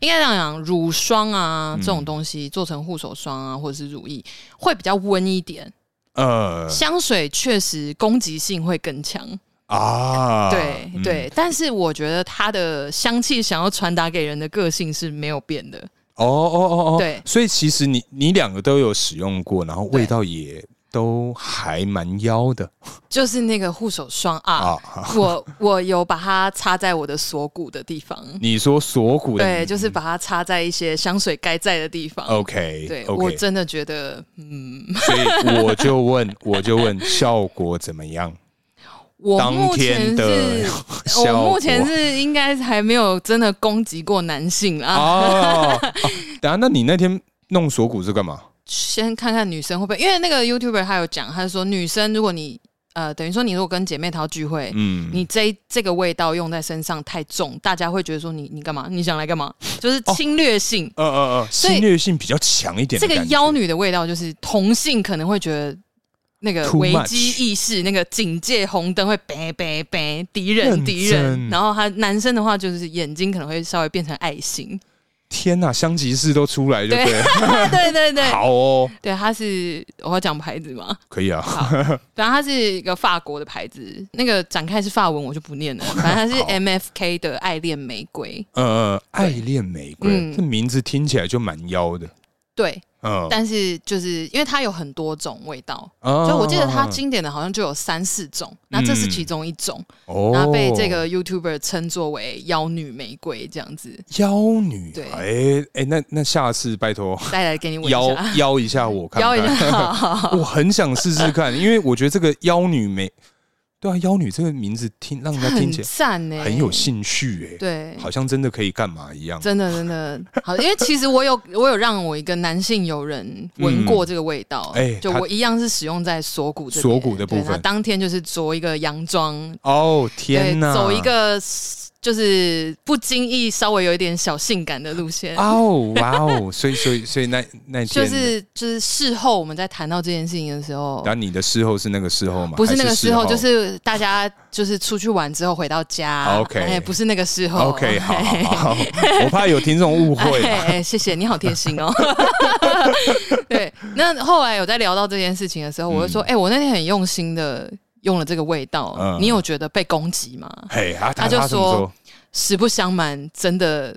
[SPEAKER 1] 应该这样讲，乳
[SPEAKER 2] 嗯
[SPEAKER 1] 霜啊、这种东西做成护手霜啊，或者是乳液，会比较温一点。
[SPEAKER 2] 呃
[SPEAKER 1] 香水确实攻击性会更强，
[SPEAKER 2] 啊，
[SPEAKER 1] 对、
[SPEAKER 2] 嗯
[SPEAKER 1] 对，但是我觉得它的香气想要传达给人的个性是没有变的，
[SPEAKER 2] 哦哦哦哦，
[SPEAKER 1] 对
[SPEAKER 2] 所以其实你你两个都有使用过，然后
[SPEAKER 1] 对
[SPEAKER 2] 味道也都还蛮妖的
[SPEAKER 1] 就是那个护手霜啊，
[SPEAKER 2] 啊。好
[SPEAKER 1] 我我有把它插在我的锁骨的地方，
[SPEAKER 2] 你说锁骨的
[SPEAKER 1] 对，就是把它插在一些香水该在的地
[SPEAKER 2] 哦
[SPEAKER 1] 方。
[SPEAKER 2] OK，
[SPEAKER 1] 对我
[SPEAKER 2] OK，
[SPEAKER 1] 真的觉得，嗯，
[SPEAKER 2] 所以我就问， 我就问效果怎么样？
[SPEAKER 1] 我目
[SPEAKER 2] 当
[SPEAKER 1] 前
[SPEAKER 2] 天
[SPEAKER 1] 是，
[SPEAKER 2] 的效
[SPEAKER 1] 我
[SPEAKER 2] 果
[SPEAKER 1] 目前是应该还没有真的攻击过男性啦。
[SPEAKER 2] 哦， 哦等下，那你那天弄锁骨是干嘛？
[SPEAKER 1] 先看看女生会不会，因为那个 YouTuber 他有讲，他说女生如果你呃，等于说你如果跟姐妹淘聚会，
[SPEAKER 2] 嗯，
[SPEAKER 1] 你这一这个味道用在身上太重，大家会觉得说你你干嘛？你想来干嘛？就是侵略性。
[SPEAKER 2] 呃呃呃，
[SPEAKER 1] 所以
[SPEAKER 2] 侵略性比较强一点
[SPEAKER 1] 这
[SPEAKER 2] 的感
[SPEAKER 1] 个
[SPEAKER 2] 觉。
[SPEAKER 1] 妖女的味道，就是同性可能会觉得那个
[SPEAKER 2] Too
[SPEAKER 1] 危
[SPEAKER 2] much
[SPEAKER 1] 机意识，那个警戒红灯会呗呗呗，敌人
[SPEAKER 2] 认
[SPEAKER 1] 敌人。
[SPEAKER 2] 真
[SPEAKER 1] 然后他男生的话，就是眼睛可能会稍微变成爱 心。
[SPEAKER 2] 天哪、香吉士都出来就对了。
[SPEAKER 1] 对对对，
[SPEAKER 2] 好哦，
[SPEAKER 1] 对，他是我要讲牌子吗？
[SPEAKER 2] 可以啊。
[SPEAKER 1] 对，它是一个法国的牌子，那个展开是法文，我就不念了。反正它是
[SPEAKER 2] 好
[SPEAKER 1] MFK 的爱恋玫瑰，
[SPEAKER 2] 呃，爱恋玫瑰、
[SPEAKER 1] 嗯
[SPEAKER 2] 这名字听起来就蛮妖的。
[SPEAKER 1] 对。
[SPEAKER 2] 嗯，
[SPEAKER 1] 但是就是因为它有很多种味道，
[SPEAKER 2] 啊
[SPEAKER 1] 所以我记得它经典的好像就有三四种，那这是其中一种，
[SPEAKER 2] 哦
[SPEAKER 1] 然后被这个 YouTuber 称作为“妖女玫瑰”这样子。
[SPEAKER 2] 妖女，
[SPEAKER 1] 对
[SPEAKER 2] 哎哎、那那下次拜托
[SPEAKER 1] 再来给你闻一
[SPEAKER 2] 邀
[SPEAKER 1] 下，
[SPEAKER 2] 邀一下我看
[SPEAKER 1] 妖一
[SPEAKER 2] 看，
[SPEAKER 1] 下，好
[SPEAKER 2] 我很想试试看，因为我觉得这个妖女没对啊，妖女这个名字听让人家听
[SPEAKER 1] 很
[SPEAKER 2] 起来
[SPEAKER 1] 赞呢，
[SPEAKER 2] 很有兴趣哎、
[SPEAKER 1] 对。
[SPEAKER 2] 好像真的可以干嘛一样。
[SPEAKER 1] 真的真的好，因为其实我有我有让我一个男性友人闻过这个味道，
[SPEAKER 2] 嗯嗯哎
[SPEAKER 1] 就
[SPEAKER 2] 他
[SPEAKER 1] 我一样是使用在锁骨这边
[SPEAKER 2] 锁骨的部分
[SPEAKER 1] 对他当天就是着一个洋装，
[SPEAKER 2] 哦
[SPEAKER 1] 对
[SPEAKER 2] 天，哪，
[SPEAKER 1] 走一个就是不经意稍微有一点小性感的路线，
[SPEAKER 2] 哦哇哦，所以所以所以那那
[SPEAKER 1] 就
[SPEAKER 2] 天，啊
[SPEAKER 1] 是就是事后我们在谈到这件事情的时候
[SPEAKER 2] 然。后你的事后是那个事后吗？
[SPEAKER 1] 不是那个
[SPEAKER 2] 还
[SPEAKER 1] 事后，
[SPEAKER 2] 后
[SPEAKER 1] 就是大家就是出去玩之后回到家
[SPEAKER 2] OK
[SPEAKER 1] 哎不是那个事后
[SPEAKER 2] OK，好好好，我怕有听众误会
[SPEAKER 1] 哎，哎谢谢你好贴 心哦。对，那后来有在聊到这件事情的时候，我就说，哎、我那天很用心的用了这个味道，
[SPEAKER 2] 嗯
[SPEAKER 1] 你有觉得被攻击吗？
[SPEAKER 2] 嘿啊，
[SPEAKER 1] 他就
[SPEAKER 2] 他怎么
[SPEAKER 1] 说
[SPEAKER 2] 说
[SPEAKER 1] 实不相瞒，真的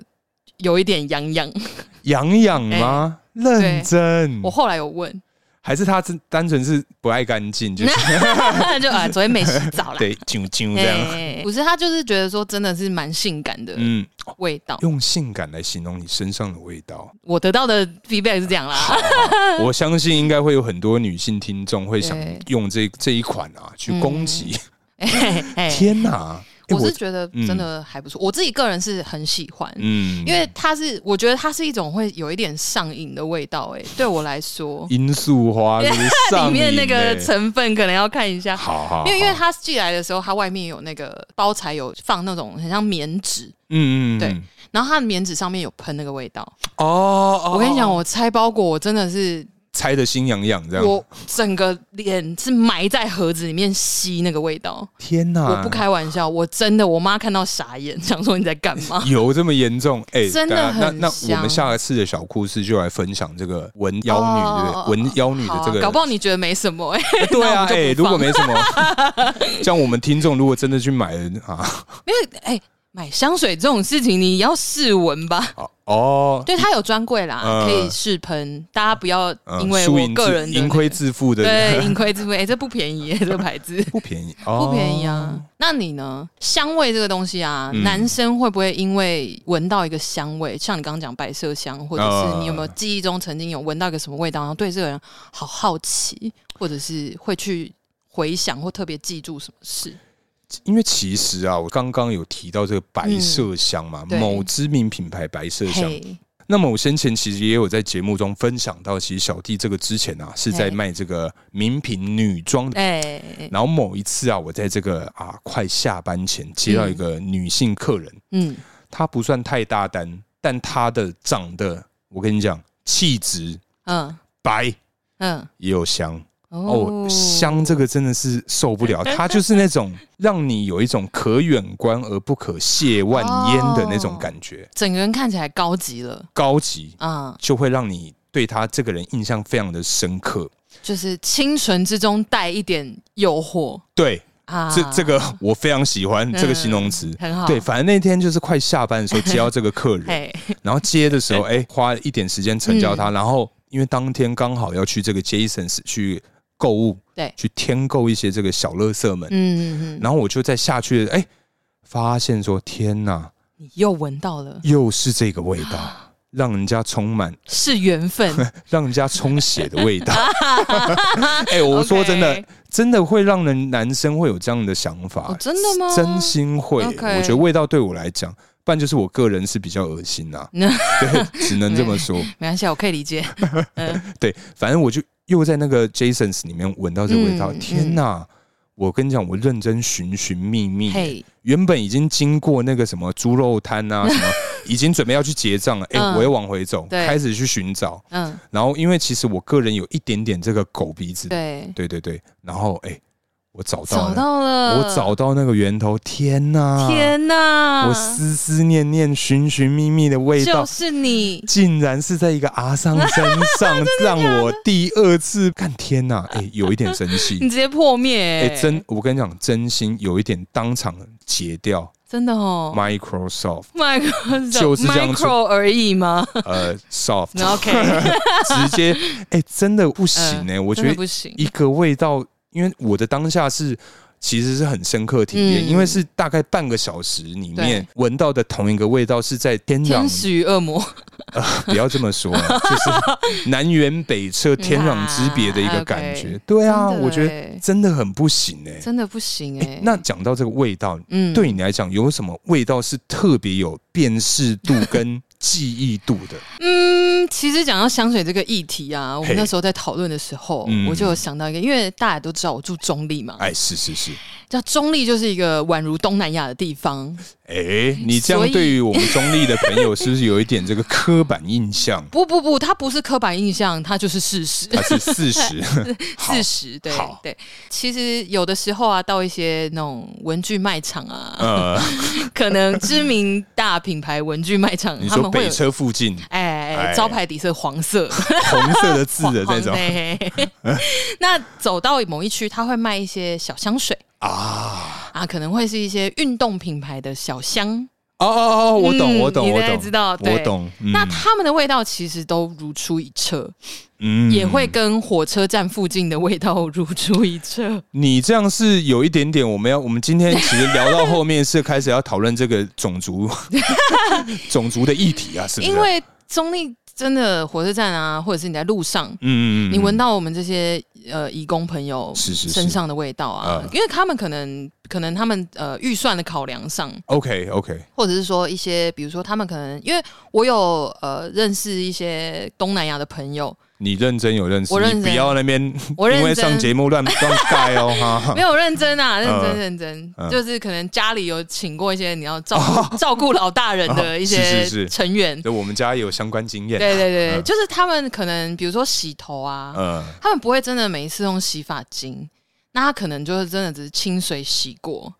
[SPEAKER 1] 有一点痒痒。
[SPEAKER 2] 嗯痒痒吗？认真
[SPEAKER 1] 哎我，后来有问，
[SPEAKER 2] 还是他真单纯是不爱干净，就是
[SPEAKER 1] 就啊，昨天没洗澡啦。
[SPEAKER 2] 对啾啾这样。
[SPEAKER 1] 哎，不是，他就是觉得说，真的是蛮性感的
[SPEAKER 2] 嗯，
[SPEAKER 1] 味道。
[SPEAKER 2] 用性感来形容你身上的味道，
[SPEAKER 1] 我得到的 feedback 是这样啦，
[SPEAKER 2] 我相信应该会有很多女性听众会想
[SPEAKER 1] 嗯对
[SPEAKER 2] 用这这一款啊去攻 击。
[SPEAKER 1] 哎哎
[SPEAKER 2] 天哪！哎
[SPEAKER 1] 我是觉得
[SPEAKER 2] 嗯
[SPEAKER 1] 真的还不错，我自己个人是很喜欢。
[SPEAKER 2] 嗯
[SPEAKER 1] 因为它是，我觉得它是一种会有一点上瘾的味道、欸，哎，对我来说，
[SPEAKER 2] 罂粟花是不是上
[SPEAKER 1] 里面
[SPEAKER 2] 瘾
[SPEAKER 1] 那个
[SPEAKER 2] 嘞
[SPEAKER 1] 成分可能要看一下，
[SPEAKER 2] 好好，
[SPEAKER 1] 因为因为
[SPEAKER 2] 好
[SPEAKER 1] 它寄来的时候，它外面有那个包材有放那种很像棉纸，
[SPEAKER 2] 嗯嗯嗯
[SPEAKER 1] 对然后它的棉纸上面有喷那个味道。
[SPEAKER 2] 哦，哦
[SPEAKER 1] 我跟你讲，
[SPEAKER 2] 哦
[SPEAKER 1] 我拆包裹，我真的是
[SPEAKER 2] 猜的心痒痒这样，
[SPEAKER 1] 我整个脸是埋在盒子里面吸那个味道，
[SPEAKER 2] 天哪，
[SPEAKER 1] 我不开玩笑，我真的我妈看到傻眼，想说你在干嘛？
[SPEAKER 2] 有这么严重？哎、
[SPEAKER 1] 真的
[SPEAKER 2] 大家
[SPEAKER 1] 很
[SPEAKER 2] 那
[SPEAKER 1] 香
[SPEAKER 2] 那我们下一次的小故事就来分享这个文妖女，
[SPEAKER 1] 哦
[SPEAKER 2] 对不对？文妖女的
[SPEAKER 1] 好啊
[SPEAKER 2] 这个，
[SPEAKER 1] 搞不好你觉得没什 么、欸，
[SPEAKER 2] 哎对
[SPEAKER 1] 那我
[SPEAKER 2] 啊，
[SPEAKER 1] 们就不放
[SPEAKER 2] 哎、如果没什么， 像我们听众如果真的去买了啊，
[SPEAKER 1] 因为哎、买香水这种事情你要试闻吧。
[SPEAKER 2] 哦哦，
[SPEAKER 1] 对，它有专柜啦，
[SPEAKER 2] 呃
[SPEAKER 1] 可以试喷，大家不要
[SPEAKER 2] 嗯
[SPEAKER 1] 因为
[SPEAKER 2] 输
[SPEAKER 1] 我
[SPEAKER 2] 赢
[SPEAKER 1] 个人
[SPEAKER 2] 自
[SPEAKER 1] 的
[SPEAKER 2] 盈
[SPEAKER 1] 那
[SPEAKER 2] 亏
[SPEAKER 1] 个
[SPEAKER 2] 自负的，
[SPEAKER 1] 对盈亏自负，哎、这不便宜、这个牌子
[SPEAKER 2] 不便宜， 哦、
[SPEAKER 1] 不便宜啊。那你呢？香味这个东西啊，
[SPEAKER 2] 嗯
[SPEAKER 1] 男生会不会因为闻到一个香味，像你刚刚讲白麝香，或者是
[SPEAKER 2] 呃
[SPEAKER 1] 你有没有记忆中曾经有闻到一个什么味道，然后对这个人好好奇，或者是会去回想或特别记住什么事？
[SPEAKER 2] 因为其实啊，我刚刚有提到这个白麝香嘛
[SPEAKER 1] 嗯，对
[SPEAKER 2] 某知名品牌白麝香，
[SPEAKER 1] 嘿，
[SPEAKER 2] 那么我先前其实也有在节目中分享到，其实小弟这个之前啊是在
[SPEAKER 1] 哎
[SPEAKER 2] 卖这个名品女装的。
[SPEAKER 1] 哎、
[SPEAKER 2] 然后某一次啊，我在这个啊快下班前接到一个女性客人，
[SPEAKER 1] 嗯，
[SPEAKER 2] 她不算太大单，但她的长得，我跟你讲，气质
[SPEAKER 1] 嗯
[SPEAKER 2] 白
[SPEAKER 1] 嗯，
[SPEAKER 2] 也有香哦，香这个真的是受 不了，她就是那种让你有一种可远观而不可亵玩焉的那种感觉，
[SPEAKER 1] 整个人看起来高级了
[SPEAKER 2] 高级
[SPEAKER 1] 啊、
[SPEAKER 2] 就会让你对他这个人印象非常的深刻。
[SPEAKER 1] 就是清纯之中带一点诱惑
[SPEAKER 2] 对，
[SPEAKER 1] 啊。
[SPEAKER 2] 这这个我非常喜欢这个形容词
[SPEAKER 1] 嗯。很好
[SPEAKER 2] 对，反正那天就是快下班的时候接到这个客 人，
[SPEAKER 1] 嘿，
[SPEAKER 2] 然后接的时候，哎，花一点时间成交
[SPEAKER 1] 嗯
[SPEAKER 2] 他，然后因为当天刚好要去这个 Jasons 去购物，
[SPEAKER 1] 对
[SPEAKER 2] 去添购一些这个小垃圾们，
[SPEAKER 1] 嗯嗯嗯，
[SPEAKER 2] 然后我就在下去，哎，发现说天哪，
[SPEAKER 1] 你又闻到了，
[SPEAKER 2] 又是这个味道，
[SPEAKER 1] 啊
[SPEAKER 2] 让人家充满
[SPEAKER 1] 是缘分。
[SPEAKER 2] 让人家充血的 味道。哎、我说真的
[SPEAKER 1] OK
[SPEAKER 2] 真的会让人男生会有这样的想法、
[SPEAKER 1] 哦真的吗
[SPEAKER 2] 真心会
[SPEAKER 1] OK
[SPEAKER 2] 我觉得味道对我来讲，不然就是我个人是比较恶 心呐、对，只能这么说。
[SPEAKER 1] 没关系，我可以理解。
[SPEAKER 2] 对，反正我就又在那个 Jasons 里面闻到这个味道，
[SPEAKER 1] 嗯
[SPEAKER 2] 天哪！我跟你讲，我认真寻寻觅觅，
[SPEAKER 1] 嘿，
[SPEAKER 2] 原本已经经过那个什么猪肉摊 啊，什么已经准备要去结账了，哎、
[SPEAKER 1] 嗯
[SPEAKER 2] 我又往回走，
[SPEAKER 1] 对
[SPEAKER 2] 开始去寻找。
[SPEAKER 1] 嗯，
[SPEAKER 2] 然后因为其实我个人有一点点这个狗鼻子，
[SPEAKER 1] 对，
[SPEAKER 2] 对对对，然后哎、我找到
[SPEAKER 1] 找
[SPEAKER 2] 了，
[SPEAKER 1] 到了，
[SPEAKER 2] 我找到那个源头，天哪！
[SPEAKER 1] 天哪，
[SPEAKER 2] 我思思念念、寻寻觅觅的味道，
[SPEAKER 1] 就是你，
[SPEAKER 2] 竟然是在一个阿桑 身
[SPEAKER 1] 啊
[SPEAKER 2] 上，让我第二次看天哪！哎、有一点生
[SPEAKER 1] 你
[SPEAKER 2] 气，
[SPEAKER 1] 直接破灭、
[SPEAKER 2] 哎、真，我跟你讲，真心有一点当场截掉
[SPEAKER 1] 真的哦。
[SPEAKER 2] Microsoft，
[SPEAKER 1] 麦克
[SPEAKER 2] 就是这样做
[SPEAKER 1] micro 而已吗
[SPEAKER 2] 呃，soft，
[SPEAKER 1] ？OK，
[SPEAKER 2] 直接，哎、真的不行哎、我觉
[SPEAKER 1] 嗯真的
[SPEAKER 2] 得
[SPEAKER 1] 不行。
[SPEAKER 2] 一个味道，因为我的当下是其实是很深刻体验，
[SPEAKER 1] 嗯
[SPEAKER 2] 因为是大概半个小时里面
[SPEAKER 1] 对
[SPEAKER 2] 闻到的同一个味道是在天壤
[SPEAKER 1] 天，使与恶魔，
[SPEAKER 2] 不要这么说，就是南辕北辙、天壤之别的一个感觉。
[SPEAKER 1] OK
[SPEAKER 2] 对啊，
[SPEAKER 1] 真的
[SPEAKER 2] 我觉
[SPEAKER 1] 欸
[SPEAKER 2] 得真的很不行哎、
[SPEAKER 1] 真的不行哎、
[SPEAKER 2] 欸那讲到这个味道，
[SPEAKER 1] 嗯
[SPEAKER 2] 对你来讲有什么味道是特别有辨识度跟记忆度 的？
[SPEAKER 1] 嗯，其实讲到香水这个议题啊，我们
[SPEAKER 2] 嘿
[SPEAKER 1] 那时候在讨论的时候
[SPEAKER 2] 嗯，
[SPEAKER 1] 我就有想到一个，因为大家也都知道我住中立嘛，
[SPEAKER 2] 哎，是是是，
[SPEAKER 1] 叫中立就是一个宛如东南亚的地 方，
[SPEAKER 2] 哎、你这样
[SPEAKER 1] 所以
[SPEAKER 2] 对于我们中立的朋友是不是有一点这个刻板 印象？
[SPEAKER 1] 不不不，它不是刻板印象，它就是事实。
[SPEAKER 2] 还是四十？ 好
[SPEAKER 1] 事实对
[SPEAKER 2] 好
[SPEAKER 1] 对，其实有的时候啊，到一些那种文具卖场啊，
[SPEAKER 2] 呃，
[SPEAKER 1] 可能知名大品牌文具卖场，
[SPEAKER 2] 你
[SPEAKER 1] 他
[SPEAKER 2] 说
[SPEAKER 1] 们会
[SPEAKER 2] 北
[SPEAKER 1] 有
[SPEAKER 2] 车附近
[SPEAKER 1] 哎
[SPEAKER 2] 哎
[SPEAKER 1] 招牌底色黄色
[SPEAKER 2] 红色的字的那
[SPEAKER 1] 黄
[SPEAKER 2] 种
[SPEAKER 1] 对。 那走到某一区，他会卖一些小香水
[SPEAKER 2] 啊？
[SPEAKER 1] 啊，可能会是一些运动品牌的小香。
[SPEAKER 2] 哦哦哦，我懂，
[SPEAKER 1] 嗯
[SPEAKER 2] 我懂，
[SPEAKER 1] 你
[SPEAKER 2] 我
[SPEAKER 1] 大概
[SPEAKER 2] 懂，
[SPEAKER 1] 知道对
[SPEAKER 2] 我懂。嗯
[SPEAKER 1] 那他们的味道其实都如出一辙，
[SPEAKER 2] 嗯
[SPEAKER 1] 也会。跟火车站附近的味道如出一辙。
[SPEAKER 2] 你这样是有一点点，我们要，我们今天其实聊到后面是开始要讨论这个种 族种族的议题啊，是不是？
[SPEAKER 1] 因为中立真的火车站啊，或者是你在路上，
[SPEAKER 2] 嗯，嗯嗯，
[SPEAKER 1] 你闻到我们这些呃义工朋友
[SPEAKER 2] 是是是
[SPEAKER 1] 身上的味道啊，
[SPEAKER 2] 啊
[SPEAKER 1] 因为他们可能可能他们呃预算的考量上，
[SPEAKER 2] OK OK，
[SPEAKER 1] 或者是说一些比如说他们可能因为我有呃认识一些东南亚的朋友，
[SPEAKER 2] 你认真有认识，
[SPEAKER 1] 我认真
[SPEAKER 2] 你不要那边
[SPEAKER 1] 我认
[SPEAKER 2] 因为
[SPEAKER 1] 真
[SPEAKER 2] 上节目 乱乱盖哦哈
[SPEAKER 1] 没。有认真啊，认真
[SPEAKER 2] 嗯
[SPEAKER 1] 认真，
[SPEAKER 2] 嗯哦
[SPEAKER 1] 就是可能家里有请过一些你要照顾、照顾老大人的一
[SPEAKER 2] 是
[SPEAKER 1] 些
[SPEAKER 2] 是是
[SPEAKER 1] 成员，
[SPEAKER 2] 对，我们家也有相关经验。
[SPEAKER 1] 对对对，
[SPEAKER 2] 嗯
[SPEAKER 1] 就是他们可能比如说洗头啊，
[SPEAKER 2] 嗯，
[SPEAKER 1] 他们不会真的每一次用洗发精，那他可能就是真的只是清水洗过，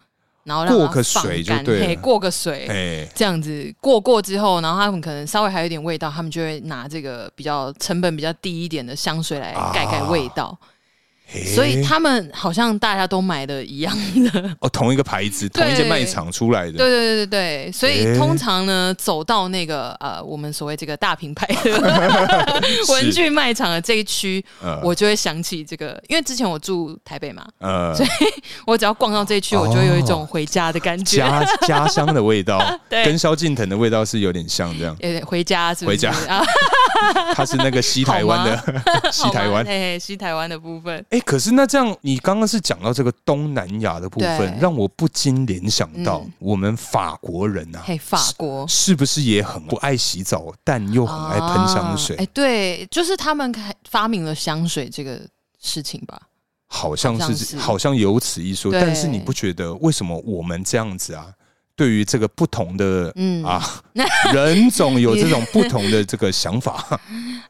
[SPEAKER 1] 然后让它
[SPEAKER 2] 过个水
[SPEAKER 1] 放
[SPEAKER 2] 就
[SPEAKER 1] 干
[SPEAKER 2] 对了
[SPEAKER 1] 嘿过个水，
[SPEAKER 2] 哎，
[SPEAKER 1] 这样子过过之后，然后他们可能稍微还有一点味道，他们就会拿这个比较成本比较低一点的香水来
[SPEAKER 2] 啊
[SPEAKER 1] 盖盖味道，
[SPEAKER 2] 嘿
[SPEAKER 1] 所以他们好像大家都买的一样的。
[SPEAKER 2] 哦，同一个牌子，同一间
[SPEAKER 1] 对
[SPEAKER 2] 卖场出来的
[SPEAKER 1] 对。对对对对，所以
[SPEAKER 2] 诶
[SPEAKER 1] 通常呢，走到那个呃，我们所谓这个大品牌 的文具卖场的这一区，
[SPEAKER 2] 呃
[SPEAKER 1] 我就会想起这个，因为之前我住台北嘛，
[SPEAKER 2] 呃，
[SPEAKER 1] 我只要逛到这一区，我就会有一种回家的感觉，
[SPEAKER 2] 哦家家乡的味道，
[SPEAKER 1] 对
[SPEAKER 2] 跟萧敬腾的味道是有点像，这 样。
[SPEAKER 1] 有点回家是不是？
[SPEAKER 2] 回家
[SPEAKER 1] 啊，
[SPEAKER 2] 他是那个西台湾的 西台湾。
[SPEAKER 1] 哎，西台湾的部分，
[SPEAKER 2] 哎、可是那这样，你刚刚是讲到这个东南亚的部分
[SPEAKER 1] 对，
[SPEAKER 2] 让我不禁联想到
[SPEAKER 1] 嗯
[SPEAKER 2] 我们法国人啊，
[SPEAKER 1] 嘿，法国
[SPEAKER 2] 是不是也很不爱洗澡，但又很爱喷香水？
[SPEAKER 1] 啊哎、对，就是他们开发明了香水这个事情吧？
[SPEAKER 2] 好像
[SPEAKER 1] 好像
[SPEAKER 2] 是，
[SPEAKER 1] 是
[SPEAKER 2] 好像有此一说。
[SPEAKER 1] 对
[SPEAKER 2] 但是你不觉得为什么我们这样子啊？对于这个不同的
[SPEAKER 1] 嗯
[SPEAKER 2] 啊人种有这种不同的这个想法。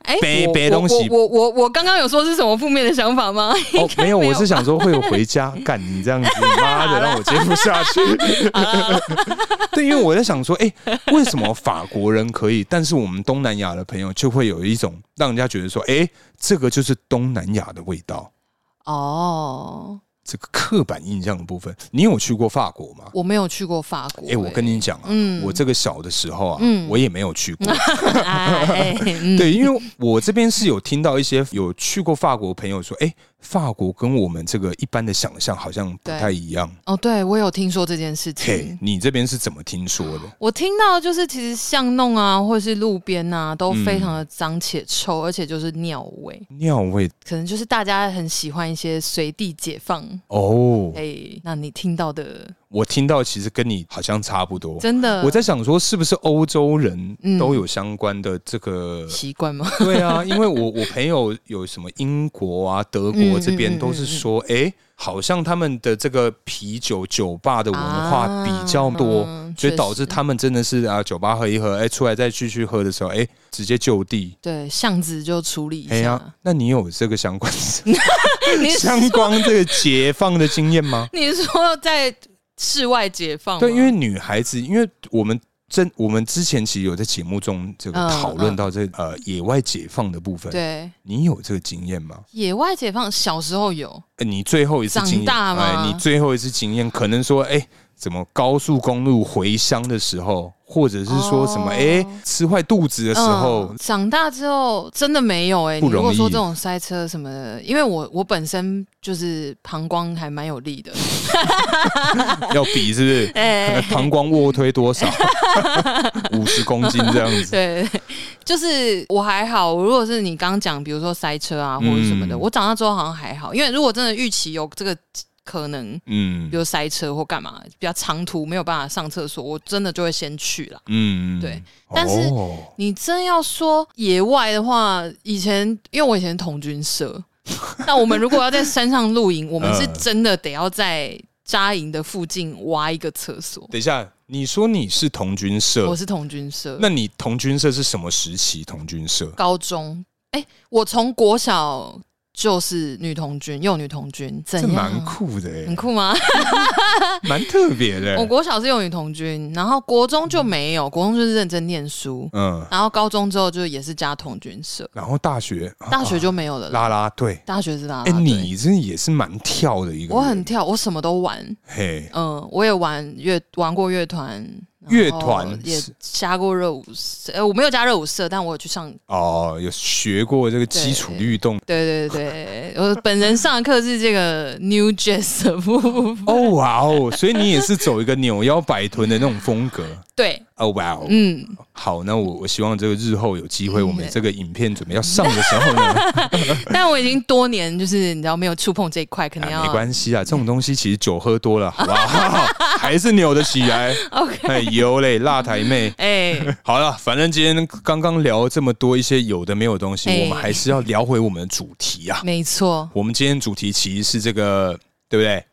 [SPEAKER 1] 哎
[SPEAKER 2] 背
[SPEAKER 1] 我
[SPEAKER 2] 背东西
[SPEAKER 1] 我我我我刚刚有说是什么负面的想法吗？
[SPEAKER 2] 哦，没有，
[SPEAKER 1] 没有
[SPEAKER 2] 我是想说会有回家干你这样子，妈的，让我接不下去。
[SPEAKER 1] 啊
[SPEAKER 2] 对，因为我在想说，哎、为什么法国人可以，但是我们东南亚的朋友就会有一种让人家觉得说，哎、这个就是东南亚的味道，
[SPEAKER 1] 哦，
[SPEAKER 2] 这个刻板印象的部分。你有去过法国吗？
[SPEAKER 1] 我没有去过法国、
[SPEAKER 2] 哎、我跟你讲啊，
[SPEAKER 1] 嗯
[SPEAKER 2] 我这个小的时候啊，
[SPEAKER 1] 嗯
[SPEAKER 2] 我也没有去过。
[SPEAKER 1] 哎 哎嗯
[SPEAKER 2] 对，因为我这边是有听到一些有去过法国的朋友说，哎、法国跟我们这个一般的想象好像不
[SPEAKER 1] 对
[SPEAKER 2] 太一样。
[SPEAKER 1] 哦，对我有听说这件事
[SPEAKER 2] 嘿
[SPEAKER 1] 情，。
[SPEAKER 2] 你这边是怎么听说的？
[SPEAKER 1] 我听到就是，其实巷弄啊，或者是路边啊，都
[SPEAKER 2] 嗯
[SPEAKER 1] 非常的脏且臭，而且就是尿味，
[SPEAKER 2] 尿味
[SPEAKER 1] 可能就是大家很喜欢一些随地解放。
[SPEAKER 2] 哦，
[SPEAKER 1] 哎、那你听到的
[SPEAKER 2] 我听到其实跟你好像差不多。
[SPEAKER 1] 真的
[SPEAKER 2] 我在想说，是不是欧洲人
[SPEAKER 1] 嗯
[SPEAKER 2] 都有相关的这 个？
[SPEAKER 1] 习惯吗？
[SPEAKER 2] 对啊，因为我我朋友有什么英国啊、德国这
[SPEAKER 1] 嗯嗯
[SPEAKER 2] 边
[SPEAKER 1] 嗯
[SPEAKER 2] 都是说，哎、好像他们的这个啤酒酒吧的文化
[SPEAKER 1] 啊
[SPEAKER 2] 比较多，
[SPEAKER 1] 嗯
[SPEAKER 2] 所以
[SPEAKER 1] 确
[SPEAKER 2] 导致
[SPEAKER 1] 实
[SPEAKER 2] 他们真的是啊，酒吧喝一喝，哎、出来再继续喝的时候，哎、直接就地。
[SPEAKER 1] 对，巷子就处理一
[SPEAKER 2] 哎
[SPEAKER 1] 下。
[SPEAKER 2] 呀、那你有这 个相关
[SPEAKER 1] 你
[SPEAKER 2] 相关这个解放的经验吗？
[SPEAKER 1] 你说在室外解放吗？
[SPEAKER 2] 对，因为女孩子，因为我们真我们之前其实有在节目中这个
[SPEAKER 1] 嗯
[SPEAKER 2] 讨论到这个呃野外解放的部分，
[SPEAKER 1] 对
[SPEAKER 2] 你有这个经验吗？
[SPEAKER 1] 野外解放，小时候有，
[SPEAKER 2] 呃你最后一次经验，
[SPEAKER 1] 长
[SPEAKER 2] 哎
[SPEAKER 1] 大吗
[SPEAKER 2] 你最后一次经验可能说，哎、怎么高速公路回乡的时候，或者是说什么，
[SPEAKER 1] 哦
[SPEAKER 2] 哎、吃坏肚子的时候，
[SPEAKER 1] 嗯长大之后真的没有哎、
[SPEAKER 2] 不
[SPEAKER 1] 你如
[SPEAKER 2] 容
[SPEAKER 1] 果
[SPEAKER 2] 易
[SPEAKER 1] 说这种塞车什么的，因为我我本身就是膀胱还蛮有 力的，
[SPEAKER 2] 要比是 不是？
[SPEAKER 1] 哎、
[SPEAKER 2] 膀胱卧推多 少？五十公斤这样子。
[SPEAKER 1] 对，就是我还好。如果是你刚讲，比如说塞车啊或者什么的，
[SPEAKER 2] 嗯
[SPEAKER 1] 我长大之后好像还好，因为如果真的预期有这个可能。
[SPEAKER 2] 嗯
[SPEAKER 1] 比如塞车或干嘛比较长途没有办法上厕所，我真的就会先去啦。
[SPEAKER 2] 嗯，
[SPEAKER 1] 对但是
[SPEAKER 2] 哦
[SPEAKER 1] 你真要说野外的话，以前因为我以前童军社， 那我们如果要在山上露营，我们
[SPEAKER 2] 嗯
[SPEAKER 1] 是真的得要在扎营的附近挖一个厕所。
[SPEAKER 2] 等一下，你说你是童军社，
[SPEAKER 1] 我是童军社，
[SPEAKER 2] 嗯那你童军社是什么时期？童军社
[SPEAKER 1] 高中，哎、我从国小就是女童军，幼女童军，怎
[SPEAKER 2] 这
[SPEAKER 1] 样？
[SPEAKER 2] 蛮酷的、欸
[SPEAKER 1] 很，酷吗？
[SPEAKER 2] 蛮特别的、
[SPEAKER 1] 我
[SPEAKER 2] 欸。
[SPEAKER 1] 国小是幼女童军，然后国中就没有，国中就是认真念书，
[SPEAKER 2] 嗯，
[SPEAKER 1] 然后高中之后就也是加童军社，
[SPEAKER 2] 然后大学，
[SPEAKER 1] 大学就
[SPEAKER 2] 啊
[SPEAKER 1] 没有了啦。
[SPEAKER 2] 啦啦队。
[SPEAKER 1] 大学是啦啦
[SPEAKER 2] 哎、
[SPEAKER 1] 队。
[SPEAKER 2] 你这也是蛮跳的一个人。
[SPEAKER 1] 啊我很跳，我什么都玩。
[SPEAKER 2] 嘿，
[SPEAKER 1] 嗯，我也玩乐，玩过乐团，然后
[SPEAKER 2] 乐团
[SPEAKER 1] 也
[SPEAKER 2] 是
[SPEAKER 1] 加过热舞社。呃，我没有加热舞社，但我有去上。
[SPEAKER 2] 哦，有学过这个基础律动。
[SPEAKER 1] 对对对，我本人上的课是这 个 New Jazz 的部分。
[SPEAKER 2] 哦哇哦，所以你也是走一个扭腰摆臀的那种风格。
[SPEAKER 1] 对，
[SPEAKER 2] 哦哇哦，
[SPEAKER 1] 嗯，
[SPEAKER 2] 好，那我我希望这个日后有机会，
[SPEAKER 1] 嗯
[SPEAKER 2] 我们这个影片准备要上的时候呢，
[SPEAKER 1] 但我已经多年就是你知道没有触碰这一块，可能要、
[SPEAKER 2] 啊、没关系啊，这种东西其实酒喝多了，好不好？ 还是扭得起来。
[SPEAKER 1] OK，
[SPEAKER 2] 哎，有嘞，辣台妹。
[SPEAKER 1] 哎、
[SPEAKER 2] 好了，反正今天刚刚聊这么多一些有的没有的东西，
[SPEAKER 1] 哎
[SPEAKER 2] 我们还是要聊回我们的主题啊。
[SPEAKER 1] 没错，
[SPEAKER 2] 我们今天主题其实是这个，对不对？